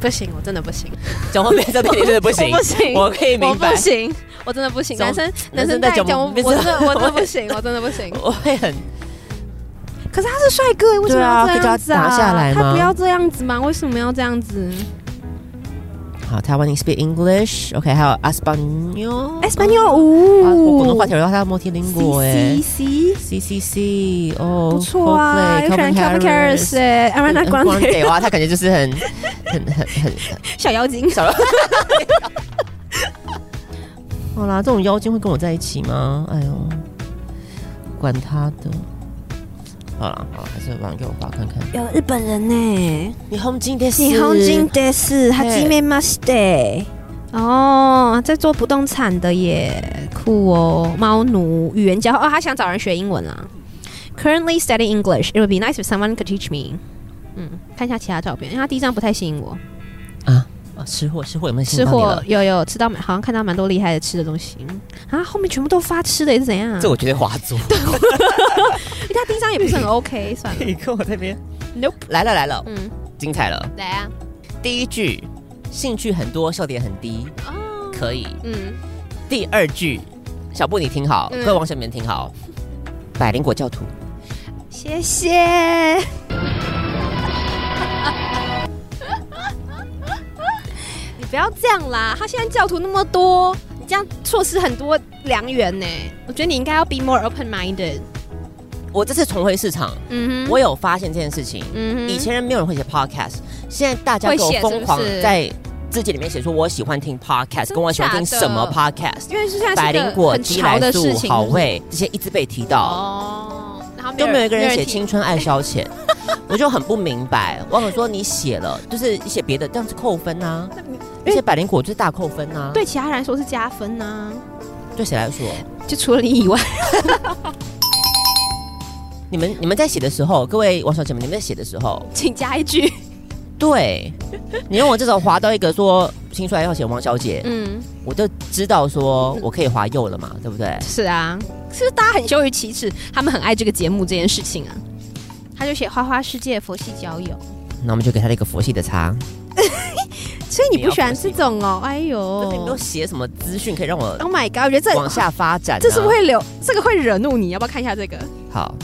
不行，我真的不行，角膜变色片你真的不行我，不行，我可以我明不白，行，我真的不行。怎么男生男男生生戴戴角角膜膜，不是我真的我 <laughs> 真的不行，我真的不行。我会很可是他是帅哥，为什么要这样子哦对啊可以叫他打下来吗哦他不要这样子吗？为什么要这样子？好。台湾 i speak English，OK，还有 e s p a n 哎 o s p a n o 啊，我广东五话条流他 multilingual 哎 C C ，C C C 哦，不错啊， Coldplay，有喜欢 Calvin Calvin Harris 哎，Ariana 光 Grande 给哇，他感觉就是很很很很。 <laughs> 小妖精，好啦，这种妖精会跟我在一起吗？哎呦，管他的。好啦好啦，还是网给我画看看。有日本人呢，你红金的是你红金得是哈基妹马斯得哦，在做不动产的耶，酷哦，猫奴语言交换哦，他想找人学英文啊。Currently studying English, it would be nice if someone could teach me. 嗯，看一下其他照片，因为他第一张不太吸引我。啊，吃货吃货有没有吸吃引到你货了？有有吃到蛮，好像看到蛮多厉害的吃的东西啊，后面全部都发吃的，也是怎样？这我觉得华 <laughs> 族，因为他第一张也不是很 OK，算了。你跟我这边 Nope，来了来了，嗯，精彩了！来啊，第一句兴趣很多，笑点很低，哦，可以。嗯，第二句，小布你听好，嗯各位王小明听好，百灵果教徒，谢谢。 <laughs> 你不要这样啦，他现在教徒那么多，你这样错失很多良缘呢。我觉得你应该要 be more open minded。我这次重回市场，嗯我有发现这件事情。嗯哼以前人没有人会写 podcast，现在大家给我会写疯狂是不是在自己里面写说我喜欢听 podcast，真跟我喜欢听假什么的 podcast，因为是现在百是一灵个果、很鸡潮来的事素、情，好是不是味这些一直被提到，哦，然后都没有一个人没写提青春爱消 <laughs> 遣，我就很不明白。我想说你写了，就是你写别的，这样子扣分啊，而且百灵果就是大扣分啊，对其他人来说是加分呐、对谁来说？就除了你以外，你们你们在写的时候，各位王小姐们，你们在写的时候，请加一句，对你用我这种滑到一个说新出来要写王小姐，嗯，我就知道说我可以滑右了嘛，对不对？是啊，是不是大家很羞于启齿，他们很爱这个节目这件事情啊。他就写花花世界佛系交友，那我们就给他了一个佛系的叉。所以你不喜欢这种哦？哎呦就是你们都写什么资讯可以让我，Oh my god！我觉得这往下发展、啊？这是不会留，这个会惹怒你。要不要看一下这个？好，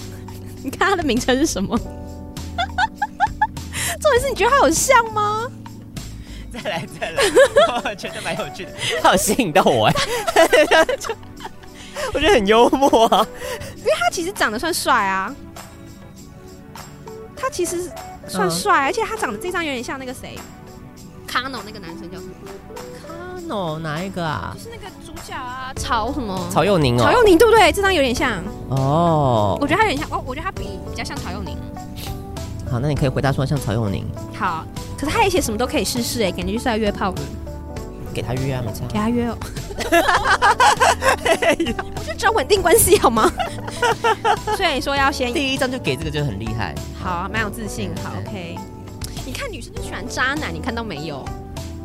你看它的名称是什么？ <laughs> 重点是你觉得它有像吗？再来再 <laughs> 来，我觉得蛮有趣的，他有吸引到我哎、 <laughs> 我觉得很幽默啊，他其实长得算帅啊，他其实算嗯帅，而且他长得这张有点像那个谁，卡农那个男生叫什么？喏，哪一个啊就？是那个主角啊，曹什么？曹佑宁哦，曹佑宁对不对？这张有点像，哦我，觉得他有点像哦，我觉得他比比较像曹佑宁。好，那你可以回答说像曹佑宁，好，可是他也写什么都可以试试哎，感觉就是在约炮文，给他约啊，没差。给他约哦。我就找稳定关系好 <laughs> 吗？虽然你说要先第一张就给这个就很厉害，好啊，蛮有自信，好对 OK。你看女生就喜欢渣男，你看到没有？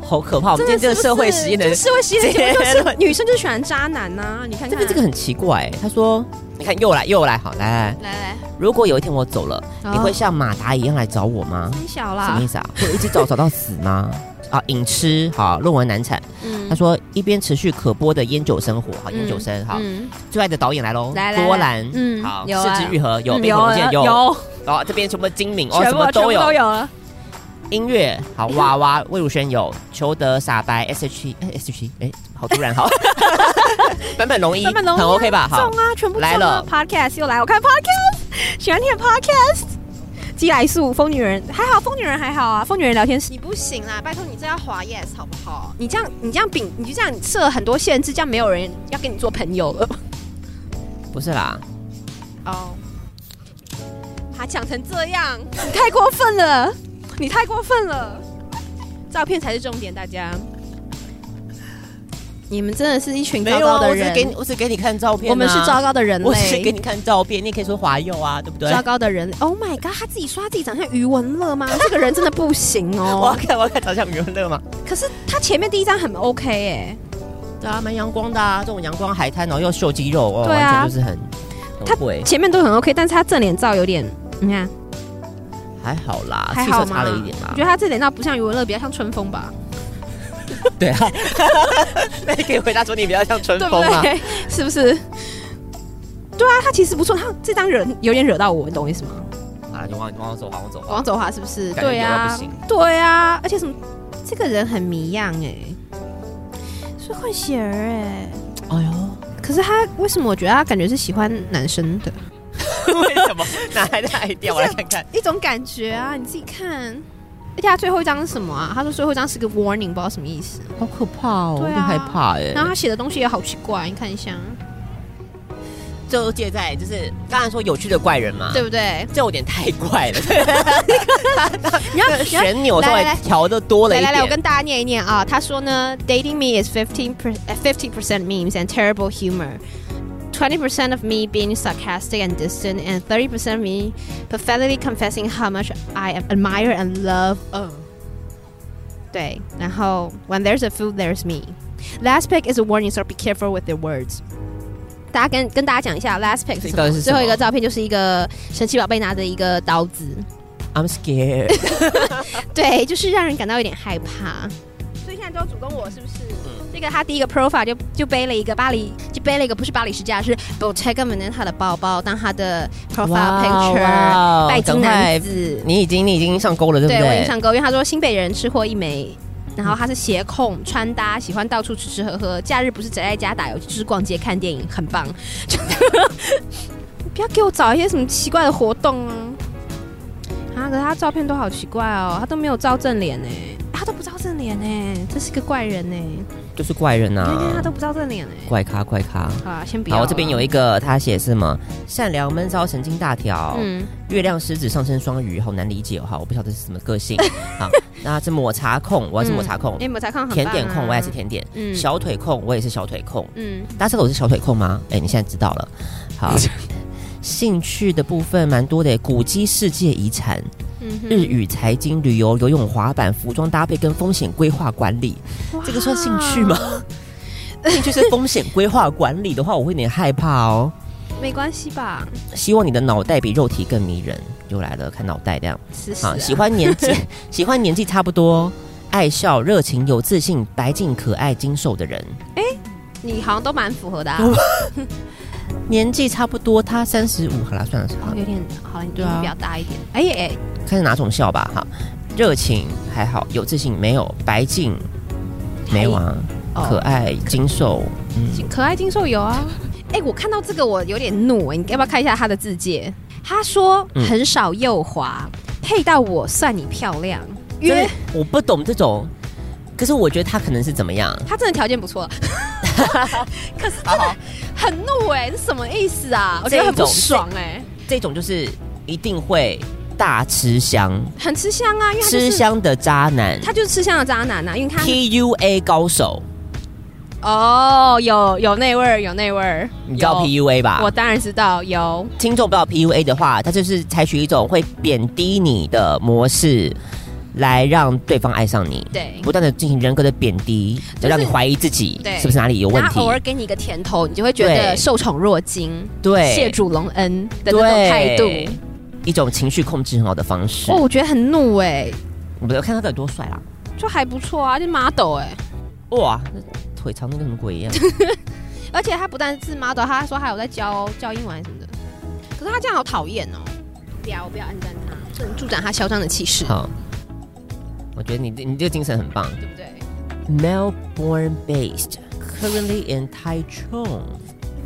好可怕！我们今天这个社会实验的这个社会实验的结果结就 <laughs> 是论女生就喜欢渣男呐、你看看这个这个很奇怪、欸他说，你看又来又来，好来来来，来来，如果有一天我走了，哦你会像马达一样来找我吗？很小什啦么意，思啊？会一直找找到死 <laughs> 吗？啊，饮吃好，论文难产。嗯他说一边持续可播的烟酒生活，好，烟酒生好，嗯最爱的导演来喽，来来波兰，嗯好，有啊四肢愈合有，嗯冰火龙剑有有，然后这边什么精明哦，全什部么全都部有，都有了。音乐 <laughs> 好，娃娃魏如萱有，裘德傻白 S H E S H E，哎，好突然好， <laughs> 本本龙一，版本龙一啊很 OK 吧？中好，啊，全部中啊来了 Podcast 又来，我看 Podcast，喜欢听 Podcast。鸡来素疯女人还好，疯女人还好啊，疯女人聊天室你不行啦，拜托你这要滑 yes 好不好？你这样你这样饼，你就这样设很多限制，这样没有人要跟你做朋友了。不是啦，哦，他讲成这样，你太过分了，你太过分了，照片才是重点，大家。你们真的啊是一群糟糕啊我的只人，给你，我只给你看照片啊，我们是糟糕的人类，我只给你看照片，你也可以说华佑啊，对不对？ <laughs> 糟糕的人类。Oh my god，他自己说他自己长相余文乐吗？这个人真的不行我要哦。看，我要看长相余文乐吗？可是他前面第一张很 OK 哎、对啊，蛮阳光的啊，这种阳光海滩，然后又秀肌肉，哦，对啊完全就是很他很会，前面都很 OK，但是他正脸照有点，你看还好啦，还啊气好色吗？差了一点我啦觉，得他正脸照不像余文乐，比较像春风吧，对啊， <laughs> 那你可以回答说你比较像春对不风啊，对？ <laughs> 是不是？对啊，他其实不错，他这张惹有点惹到我，你懂我意思吗？啊，你往往我走，往我走，王走华是不是？感觉对有到啊不行，对啊，而且什么，这个人很迷样哎、是混血儿哎、哎 <laughs> 呦。可是他为什么？我觉得他感觉是喜欢男生的为什么？哪来的 idea？我来看看。一种感觉啊，你自己看。而且他最后一张是什么啊？他说最后一张是个 warning，不知道什么意思。 <laughs> 好可怕哦对啊有点害怕哎然后他写的东西也好奇怪，啊你看一下，就介在就是刚才说有趣的怪人嘛，对，不对？这有点太怪 <laughs> 了，你要你要旋钮稍来微来来调的多了一来来点。来，我跟大家念一念啊。他说呢，dating me is fifteen per uh, fifty percent memes and terrible humor. Twenty percent of me being sarcastic and distant, and thirty percent me pathetically confessing how much I admire and love. Oh. 对，然后 when there's a food, there's me. Last pick is a warning, so be careful with your words. 大家跟跟大家讲一下，last pick 这是什到么底？是什最么后一个照片就是一个神奇宝贝拿着一个刀子， I'm <laughs> scared，对，就是让人感到有点害怕。所以现在都主攻我是不是？这个他第一个 profile 就就背了一个巴黎，就背了一个不是巴黎世家，是 Bottega Veneta 的包包当他的 profile 哇哦 picture，哇哦拜金男子。你已经你已经上钩了，对不对我印对？象够，因为他说新北人吃货一枚。然后他是鞋控，穿搭喜欢到处吃吃喝喝，假日不是宅在家打游戏，就是逛街看电影，很棒。 <laughs> 就不要给我找一些什么奇怪的活动啊！啊，可是他照片都好奇怪哦，他都没有照正脸呢、他都不照正脸呢、这是个怪人呢、就是怪人你看看啊他，都不照正脸呢、怪咖怪咖。好啊，先不要。好，我这边有一，一个，他写什么？善良闷骚，神经大条。嗯，月亮狮子上升双鱼，好难理解哦。哈，我不晓得是什么个 <laughs> 性。好，那这抹茶控，我也是抹茶控哎、。抹茶控很棒、啊，甜点控，我也是，甜点。嗯小腿控，我也是小腿控。嗯，大家知道我是小腿控吗？哎、你现在知道了。 <laughs> 好，兴趣的部分蛮多的耶，古迹世界遗产、嗯哼日语、财经、旅游、游泳、滑板、服装搭配跟风险规划管理，啊这个算兴趣 <laughs> 吗？兴趣是风险规划管理的话，我会有点害怕哦。没关系吧？希望你的脑袋比肉体更迷人。又来了，看脑袋这样。试试、好，啊。喜欢年 <laughs> 纪，喜欢年纪差不多，爱笑、热情、有自信、白净、可爱、精瘦的人。你好像都蛮符合的、啊，年纪差不多，他三十五，好啦，算了算了哦，有，点好了，你就对啊比较大一点。哎哎，看是哪种笑吧哈。热情还好，有自信没有，白净没有啊，哦可爱、精瘦，嗯，可爱精瘦有啊。哎，我看到这个我有点怒哎，你要不要看一下他的字界？他说嗯很少右滑，配到我算你漂亮。约真的我不懂这种，可是我觉得他可能是怎么样？他真的条件 <laughs> 不错，可是真的很怒哎，这什么意思啊？我觉得很不爽哎。这种就是一定会大吃香，很吃香啊，因为他、就是、吃，香的渣男他就是吃香的渣男呐、啊，因为他，PUA 高手，哦，有有那味儿，有那味儿，你知道有 PUA 吧？我当然知道有，听众不知道 PUA 的话，他就是采取一种会贬低你的模式，来让对方爱上你，对不断的进行人格的贬低，就是让你怀疑自己对是不是哪里有问然题后偶。尔给你一个甜头，你就会觉得对受宠若惊，对，谢主隆恩的那种态度。对一种情绪控制很好的方式。哦，我觉得很怒哎、我们看他到底多帅啦！就还不错啊，就 model 哎、哇，那腿长的跟什么鬼一样？而且他不但是 model，他还说还有在教教英文还是什么的。可是他这样好讨厌哦！不要，我不要暗赞他，这能助长他嚣张的气势，好，我觉得你你这个精神很棒。对不对？ Melbourne based, currently in Taichung。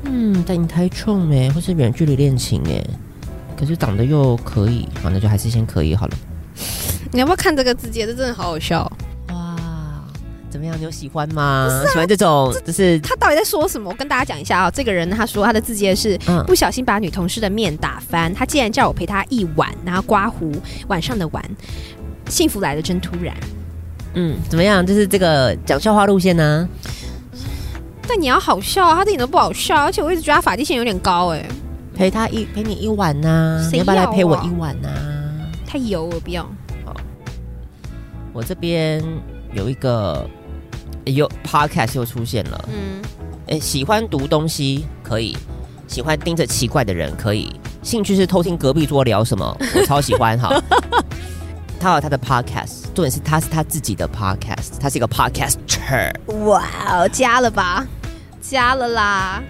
嗯，在 Taichung 哎、或是远距离恋情哎、可是长得又可以，好，那就还是先可以好了。你要不要看这个字节？这真的好好笑。哇，怎么样？你有喜欢吗？喜啊欢这种就是他到底在说什么？我跟大家讲一下啊、这个人他说他的字节是、嗯不小心把女同事的面打翻，他竟然叫我陪他一晚，然后刮胡晚上的晚，幸福来的真突然。嗯，怎么样？就是这个讲笑话路线啊呢、但你要好笑啊，他一点都不好笑，而且我一直觉得他发际线有点高哎、陪他一陪你一晚呐、谁你要不要来陪要我啊一晚呐、太油我不要。我这边有一个有 podcast 又出现了，嗯，诶，喜欢读东西可以，喜欢盯着奇怪的人可以，兴趣是偷听隔壁桌聊什 <laughs> 么，我超喜欢哈。他有他的 podcast，重点是他是他自己的 podcast，他是一个 podcaster，哇哦，加了吧，加了啦，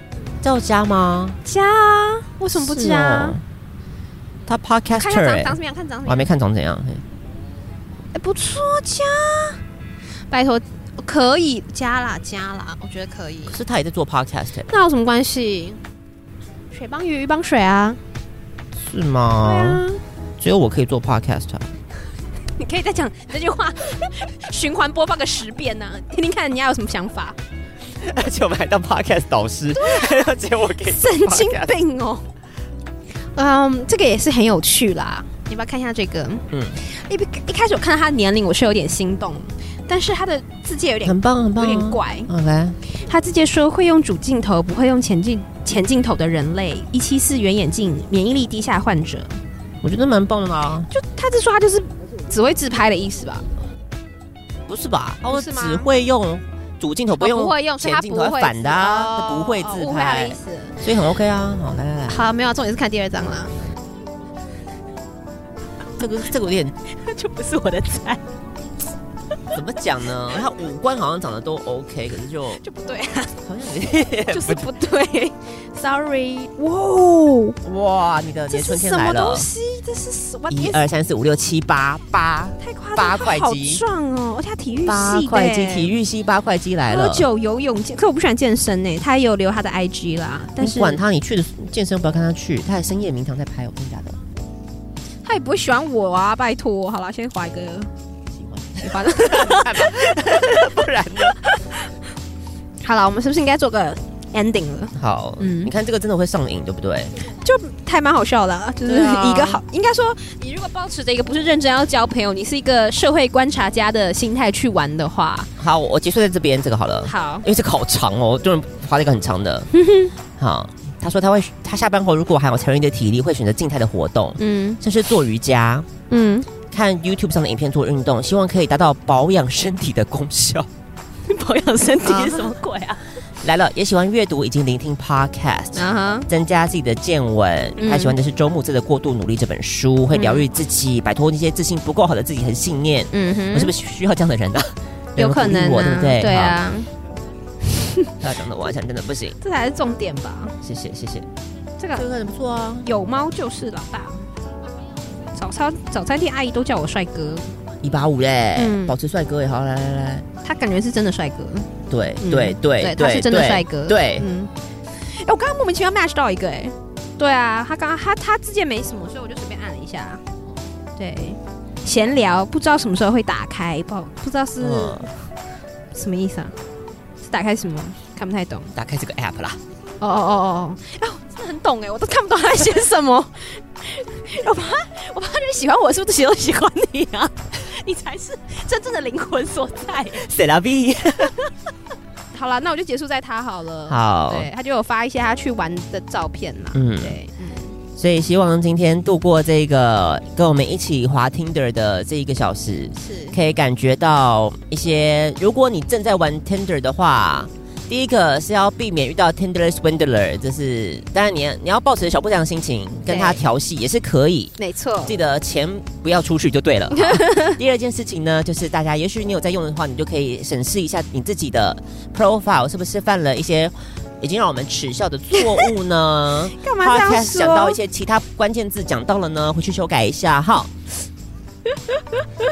叫家吗？加啊，为什么不是加？哦他看一下 podcaster，、长欸长什、么样，看长什我么还样，没看长怎样。嘿哎不错，加，拜托，可以加啦，加啦，我觉得可以。可是他也在做 podcast，、欸、那有什么关系？水帮鱼，鱼帮水啊！是吗？对啊，只有我可以做 podcast，、啊、你可以再讲 <laughs> 这句话，循环播放个十遍呢、听听看人家有什么 <laughs> 想法。而且我们还当 podcast 导师， <laughs> 而且我可以做啊神经 podcast 病哦。嗯，这个也是很有趣啦。你要不要看一下这个？嗯嗯，一一开始我看到他的年龄，我是有点心动，但是他的字界有点很棒很棒、啊有点怪。 OK，他直接说会用主镜头，不会用前镜前镜头的人类，一七四圆眼镜，免疫力低下患者。我觉得蛮棒的啊。就他这说他就是只会自拍的意思吧？不是吧？不我是吗哦只会用主镜头，不用哦不会用，所以前他镜不头，会反的啊，自他不会哦自误会他的拍意，思。所以很 OK 啊。好，来来来，好，没有，重点是看第二 <laughs> 张啦，这个这个有点就不是我的菜，怎么讲呢？他五官好像长得都 OK，可是就 <laughs> 就不对啊， <laughs> 好像有点 <laughs> 就是不对，sorry。哇哦，哇，你的这年是春天什来么东了。西？啊这是什么？一二三四五六七八八太夸张，八他块好肌壮哦，而且他体育八系块肌，的体育系八块肌来喝了。酒、游泳，健可我不喜欢健身呢。他也有留他的 IG 啦，但你是管他，你去的健身不要看他去，他还深夜明堂在拍，我跟你讲的。他也不会喜欢我啊，拜托。好啦，先划一个喜 <laughs> 欢喜欢，不然呢？好了，我们是不是应该做个 ending 了？好，嗯你看这个真的会上瘾，对不对？就还蛮好笑的啊、就是对啊一个好，应该说，你如果保持着一个不是认真要交朋友，你是一个社会观察家的心态去玩的话，好，我结束在这边这个好了。好因为这个好长哦，我就是划了一个很长 <laughs> 的。好，他说他会，他下班后如果还有残余的体力，会选择静态的活动，嗯像是做瑜伽、嗯，看 YouTube 上的影片做运动，希望可以达到保养身体的功效。 <laughs> 保养身体是什么鬼啊？来了，也喜欢阅读以及聆听 Podcast。 <laughs> 啊哈，增加自己的见闻，嗯他喜欢的是周牧之的《过度努力》这本书，会疗愈自己，摆脱那些自信不够好的自己和信念。嗯哼我是不是需要这样的人 <laughs> 呢、啊？有可能、啊、鼓励我对不对？好，啊，他讲的我好像真的不行。这才是重点吧？谢谢谢谢，这个啊这个很不错啊。有猫就是老大。早餐早餐店阿姨都叫我帅哥，一八五嘞，嗯保持帅哥也好，来来来，他感觉是真的帅哥。对嗯对对他是真的帅哥。对，嗯，哎、我刚刚莫名其妙 match 到一个哎、对啊，他刚刚他他之前没什么，所以我就随便按了一下。对，闲聊不知道什么时候会打开，不好不知道是嗯，什么意思啊？是打开什么？看不太懂。打开这个 app 啦，哦哦哦哦哦，哎、我真的很懂哎、我都看不懂他在写什么。 <laughs> 我怕我怕就是喜欢我，是不是谁都喜欢你啊？ <laughs> 你才是真正的灵魂所在。谁拉 <laughs> B？好了，那我就结束在他好了。好，对，他就有发一些他去玩的照片嘛。嗯对，所以希望今天度过这个跟我们一起滑 Tinder 的这一个小时，是可以感觉到一些，如果你正在玩 Tinder 的话，第一个是要避免遇到 Tinder swindler，就是当然你你要抱持小不良心情跟他对调戏也是可以。没错。记得钱不要出去就对了。第二件事情呢，就是大家也许你有在用的话，你就可以审视一下你自己的 profile 是不是犯了一些已经让我们耻笑的错误呢？ <laughs> 干嘛这样 podcast 说？讲到一些其他关键字讲到了呢，回去修改一 <laughs> 下哈。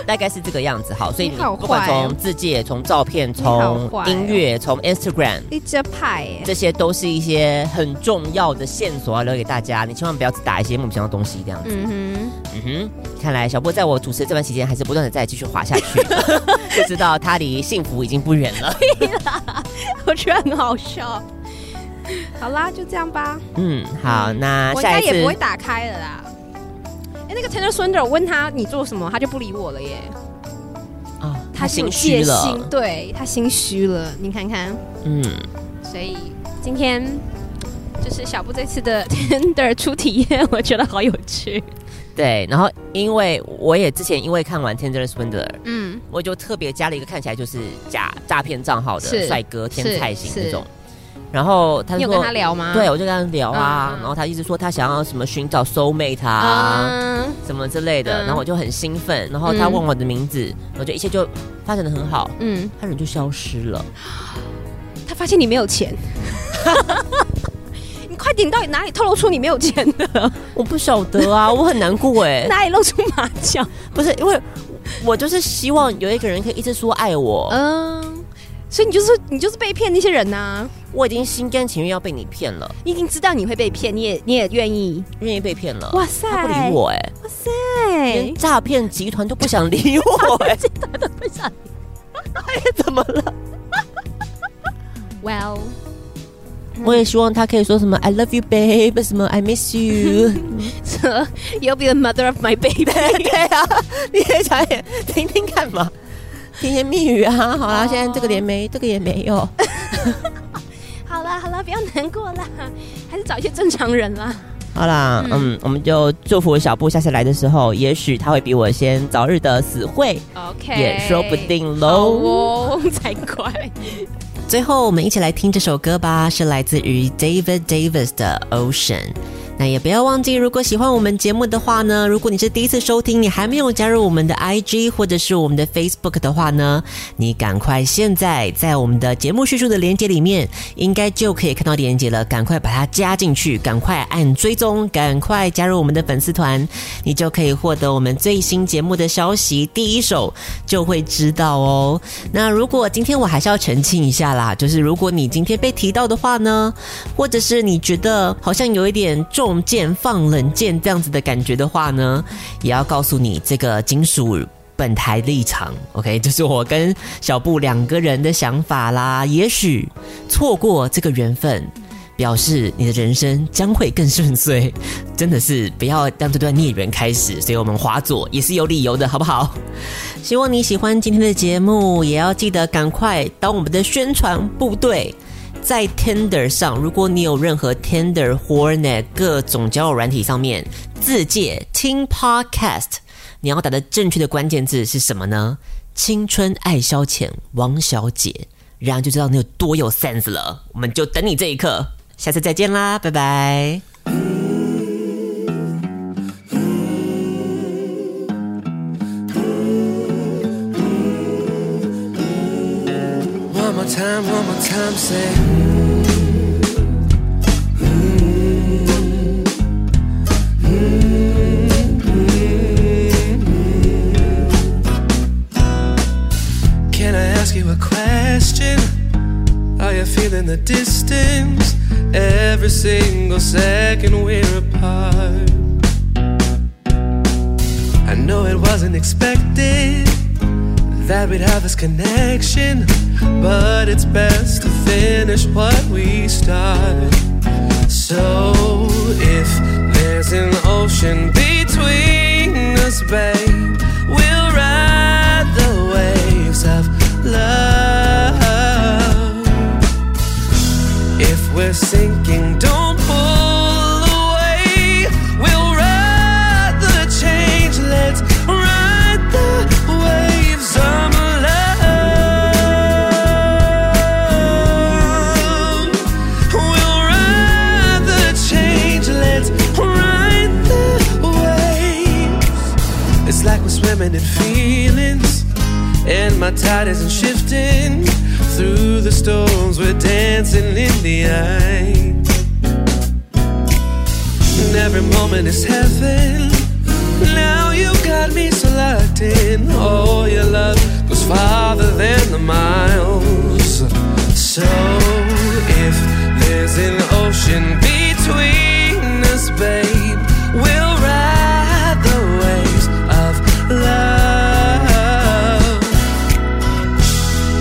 大概是这个样子，好，所以你你好不管坏哦从字界、从照片、好从坏哦音乐、从 Instagram，一只派欸耶，这些都是一些很重要的线索要啊留给大家。你千万不要只打一些莫名其妙的东西，这样子。嗯哼，嗯哼，看来小波在我主持这段期间，还是不断的在继续滑下 <laughs> 去，就知道他离幸福已经不远了。 <laughs> 我觉得很好笑。好啦，就这样吧。嗯，好，那我应下该一也不会次哦打开了啦。哎、那个 Taylor Swift，我问他你做什么，他就不理我了耶。啊，他是有心虚戒心了，对他心虚了。你看看，嗯，所以今天就是小布这次的 <laughs> Tender 初体验，我觉得好有趣。对。然后因为我也之前因为看完《Tender Swindler》，嗯，我就特别加了一个看起来就是假诈骗账号的是帅哥天才型是那种。然后他你就有说跟他聊吗？对，我就跟他聊啊，嗯嗯然后他一直说他想要什么寻找 soul mate 啊，嗯什么之类的，嗯然后我就很兴奋，然后他问我的名字，我就一切就发展的很好，嗯，他人就消失 <laughs> 了。他发现你没有钱， <laughs> 你快点，你到底哪里透露出你没有钱 <laughs> 的？我不晓 <laughs> 得啊，我很难过哎，哪里露出马脚？不是因为我就是希望有一个人可以一直说爱我，嗯，所以你就是你就是被骗那些人呐、我已经心甘情愿要被你骗了，你已经知道你会被骗，你也你也愿意。愿意被骗了，哇塞，他不理我哎，哇塞，哎连诈骗集团都不想理我哎，这段都不想。怎么了？ Well， <laughs> <laughs> 我也希望他可以说什么 I love you babe，什么 I miss you， so you'll be the mother of my baby 。 <laughs> 对啊，你也想也听听看嘛，甜言蜜语啊。好啦，现在这个也没，这个也没有。好了好了，不要难过啦，还是找一些正常人啦。好啦，嗯我们就祝福小布下次来的时候，也许他会比我先早日的死会 OK，也哎说不定好喽。哦， <laughs> 才怪。最后，我们一起来听这首歌吧，是来自于 David Davis 的 Ocean。那也不要忘记，如果喜欢我们节目的话呢，如果你是第一次收听，你还没有加入我们的 IG 或者是我们的 Facebook 的话呢，你赶快现在在我们的节目叙述的连接里面，应该就可以看到连接了，赶快把它加进去，赶快按追踪，赶快加入我们的粉丝团，你就可以获得我们最新节目的消息，第一手就会知道哦。那如果今天我还是要澄清一下啦，就是如果你今天被提到的话呢，或者是你觉得好像有一点重剑放冷箭这样子的感觉的话呢，也要告诉你这个金属。本台立场，OK，就是 <laughs> 我跟小布两个人的想法啦。也许错过这个缘分，表示你的人生将会更顺遂。真的是不要让这段孽缘开始，所以我们划左也是有理由的，好不好？希望你喜欢今天的节目，也要记得赶快当我们的宣传部队。在 Tinder 上，如果你有任何 Tinder、Hornet 各种交友软体上面自介听 Podcast，你要打的正确的关键字是什么呢？青春爱消遣王小姐，然后就知道你有多有 sense 了。我们就等你这一刻，下次再见啦，拜拜。 One more time, one more time, say. Can I ask you a question? Are you feeling the distance? Every single second we're apart. I know it wasn't expected that we'd have this connection, but it's best to finish what we started. So if there There's an ocean between us, babe. We'll ride the waves of love. If we're sinking, don't pull away. We'll ride the change. Let's ride the waves of love. We'll ride the change. Let's ride the waves. It's like we're swimming in feelings. And my tide isn't shifting Through the storms we're dancing in the eye And every moment is heaven Now you got me so locked in Oh, your love goes farther than the miles So if there's an ocean between us, babe We'll ride the waves of love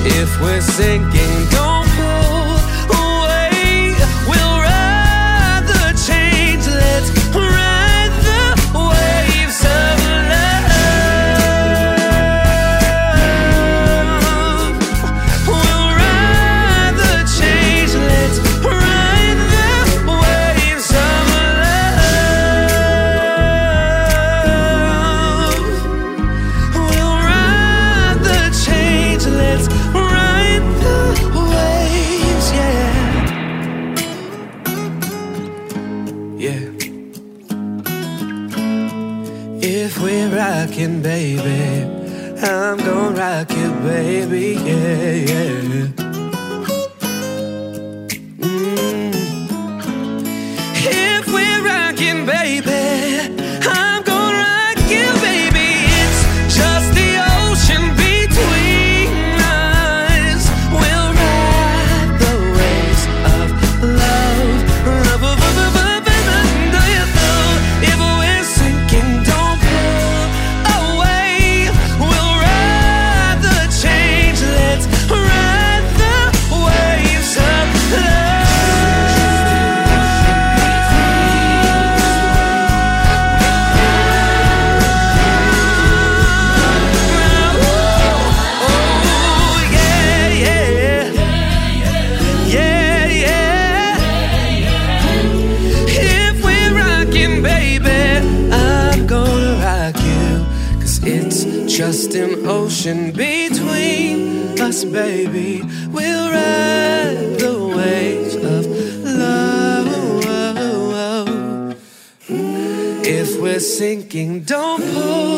if we're sinking, don't pull away. We'll ride the change. Let's ride the waves of love. We'll ride the change. Let's ride the waves of love. We'll ride the change. Let's ride the waves, yeah. Yeah. If we're rocking, baby, I'm gonna rock you, baby, yeah, yeah. Mm. If we're rocking, baby, I'm gonna rock you, baby. It's just the ocean between us. We'll ride the waves of love. Love, love, love, love, love, do you know if we're sinking, don't pull away. We'll ride the change. Let's ride the waves of love. Just an ocean between us, baby. We'll ride the waves of love. If we're sinking, don't pull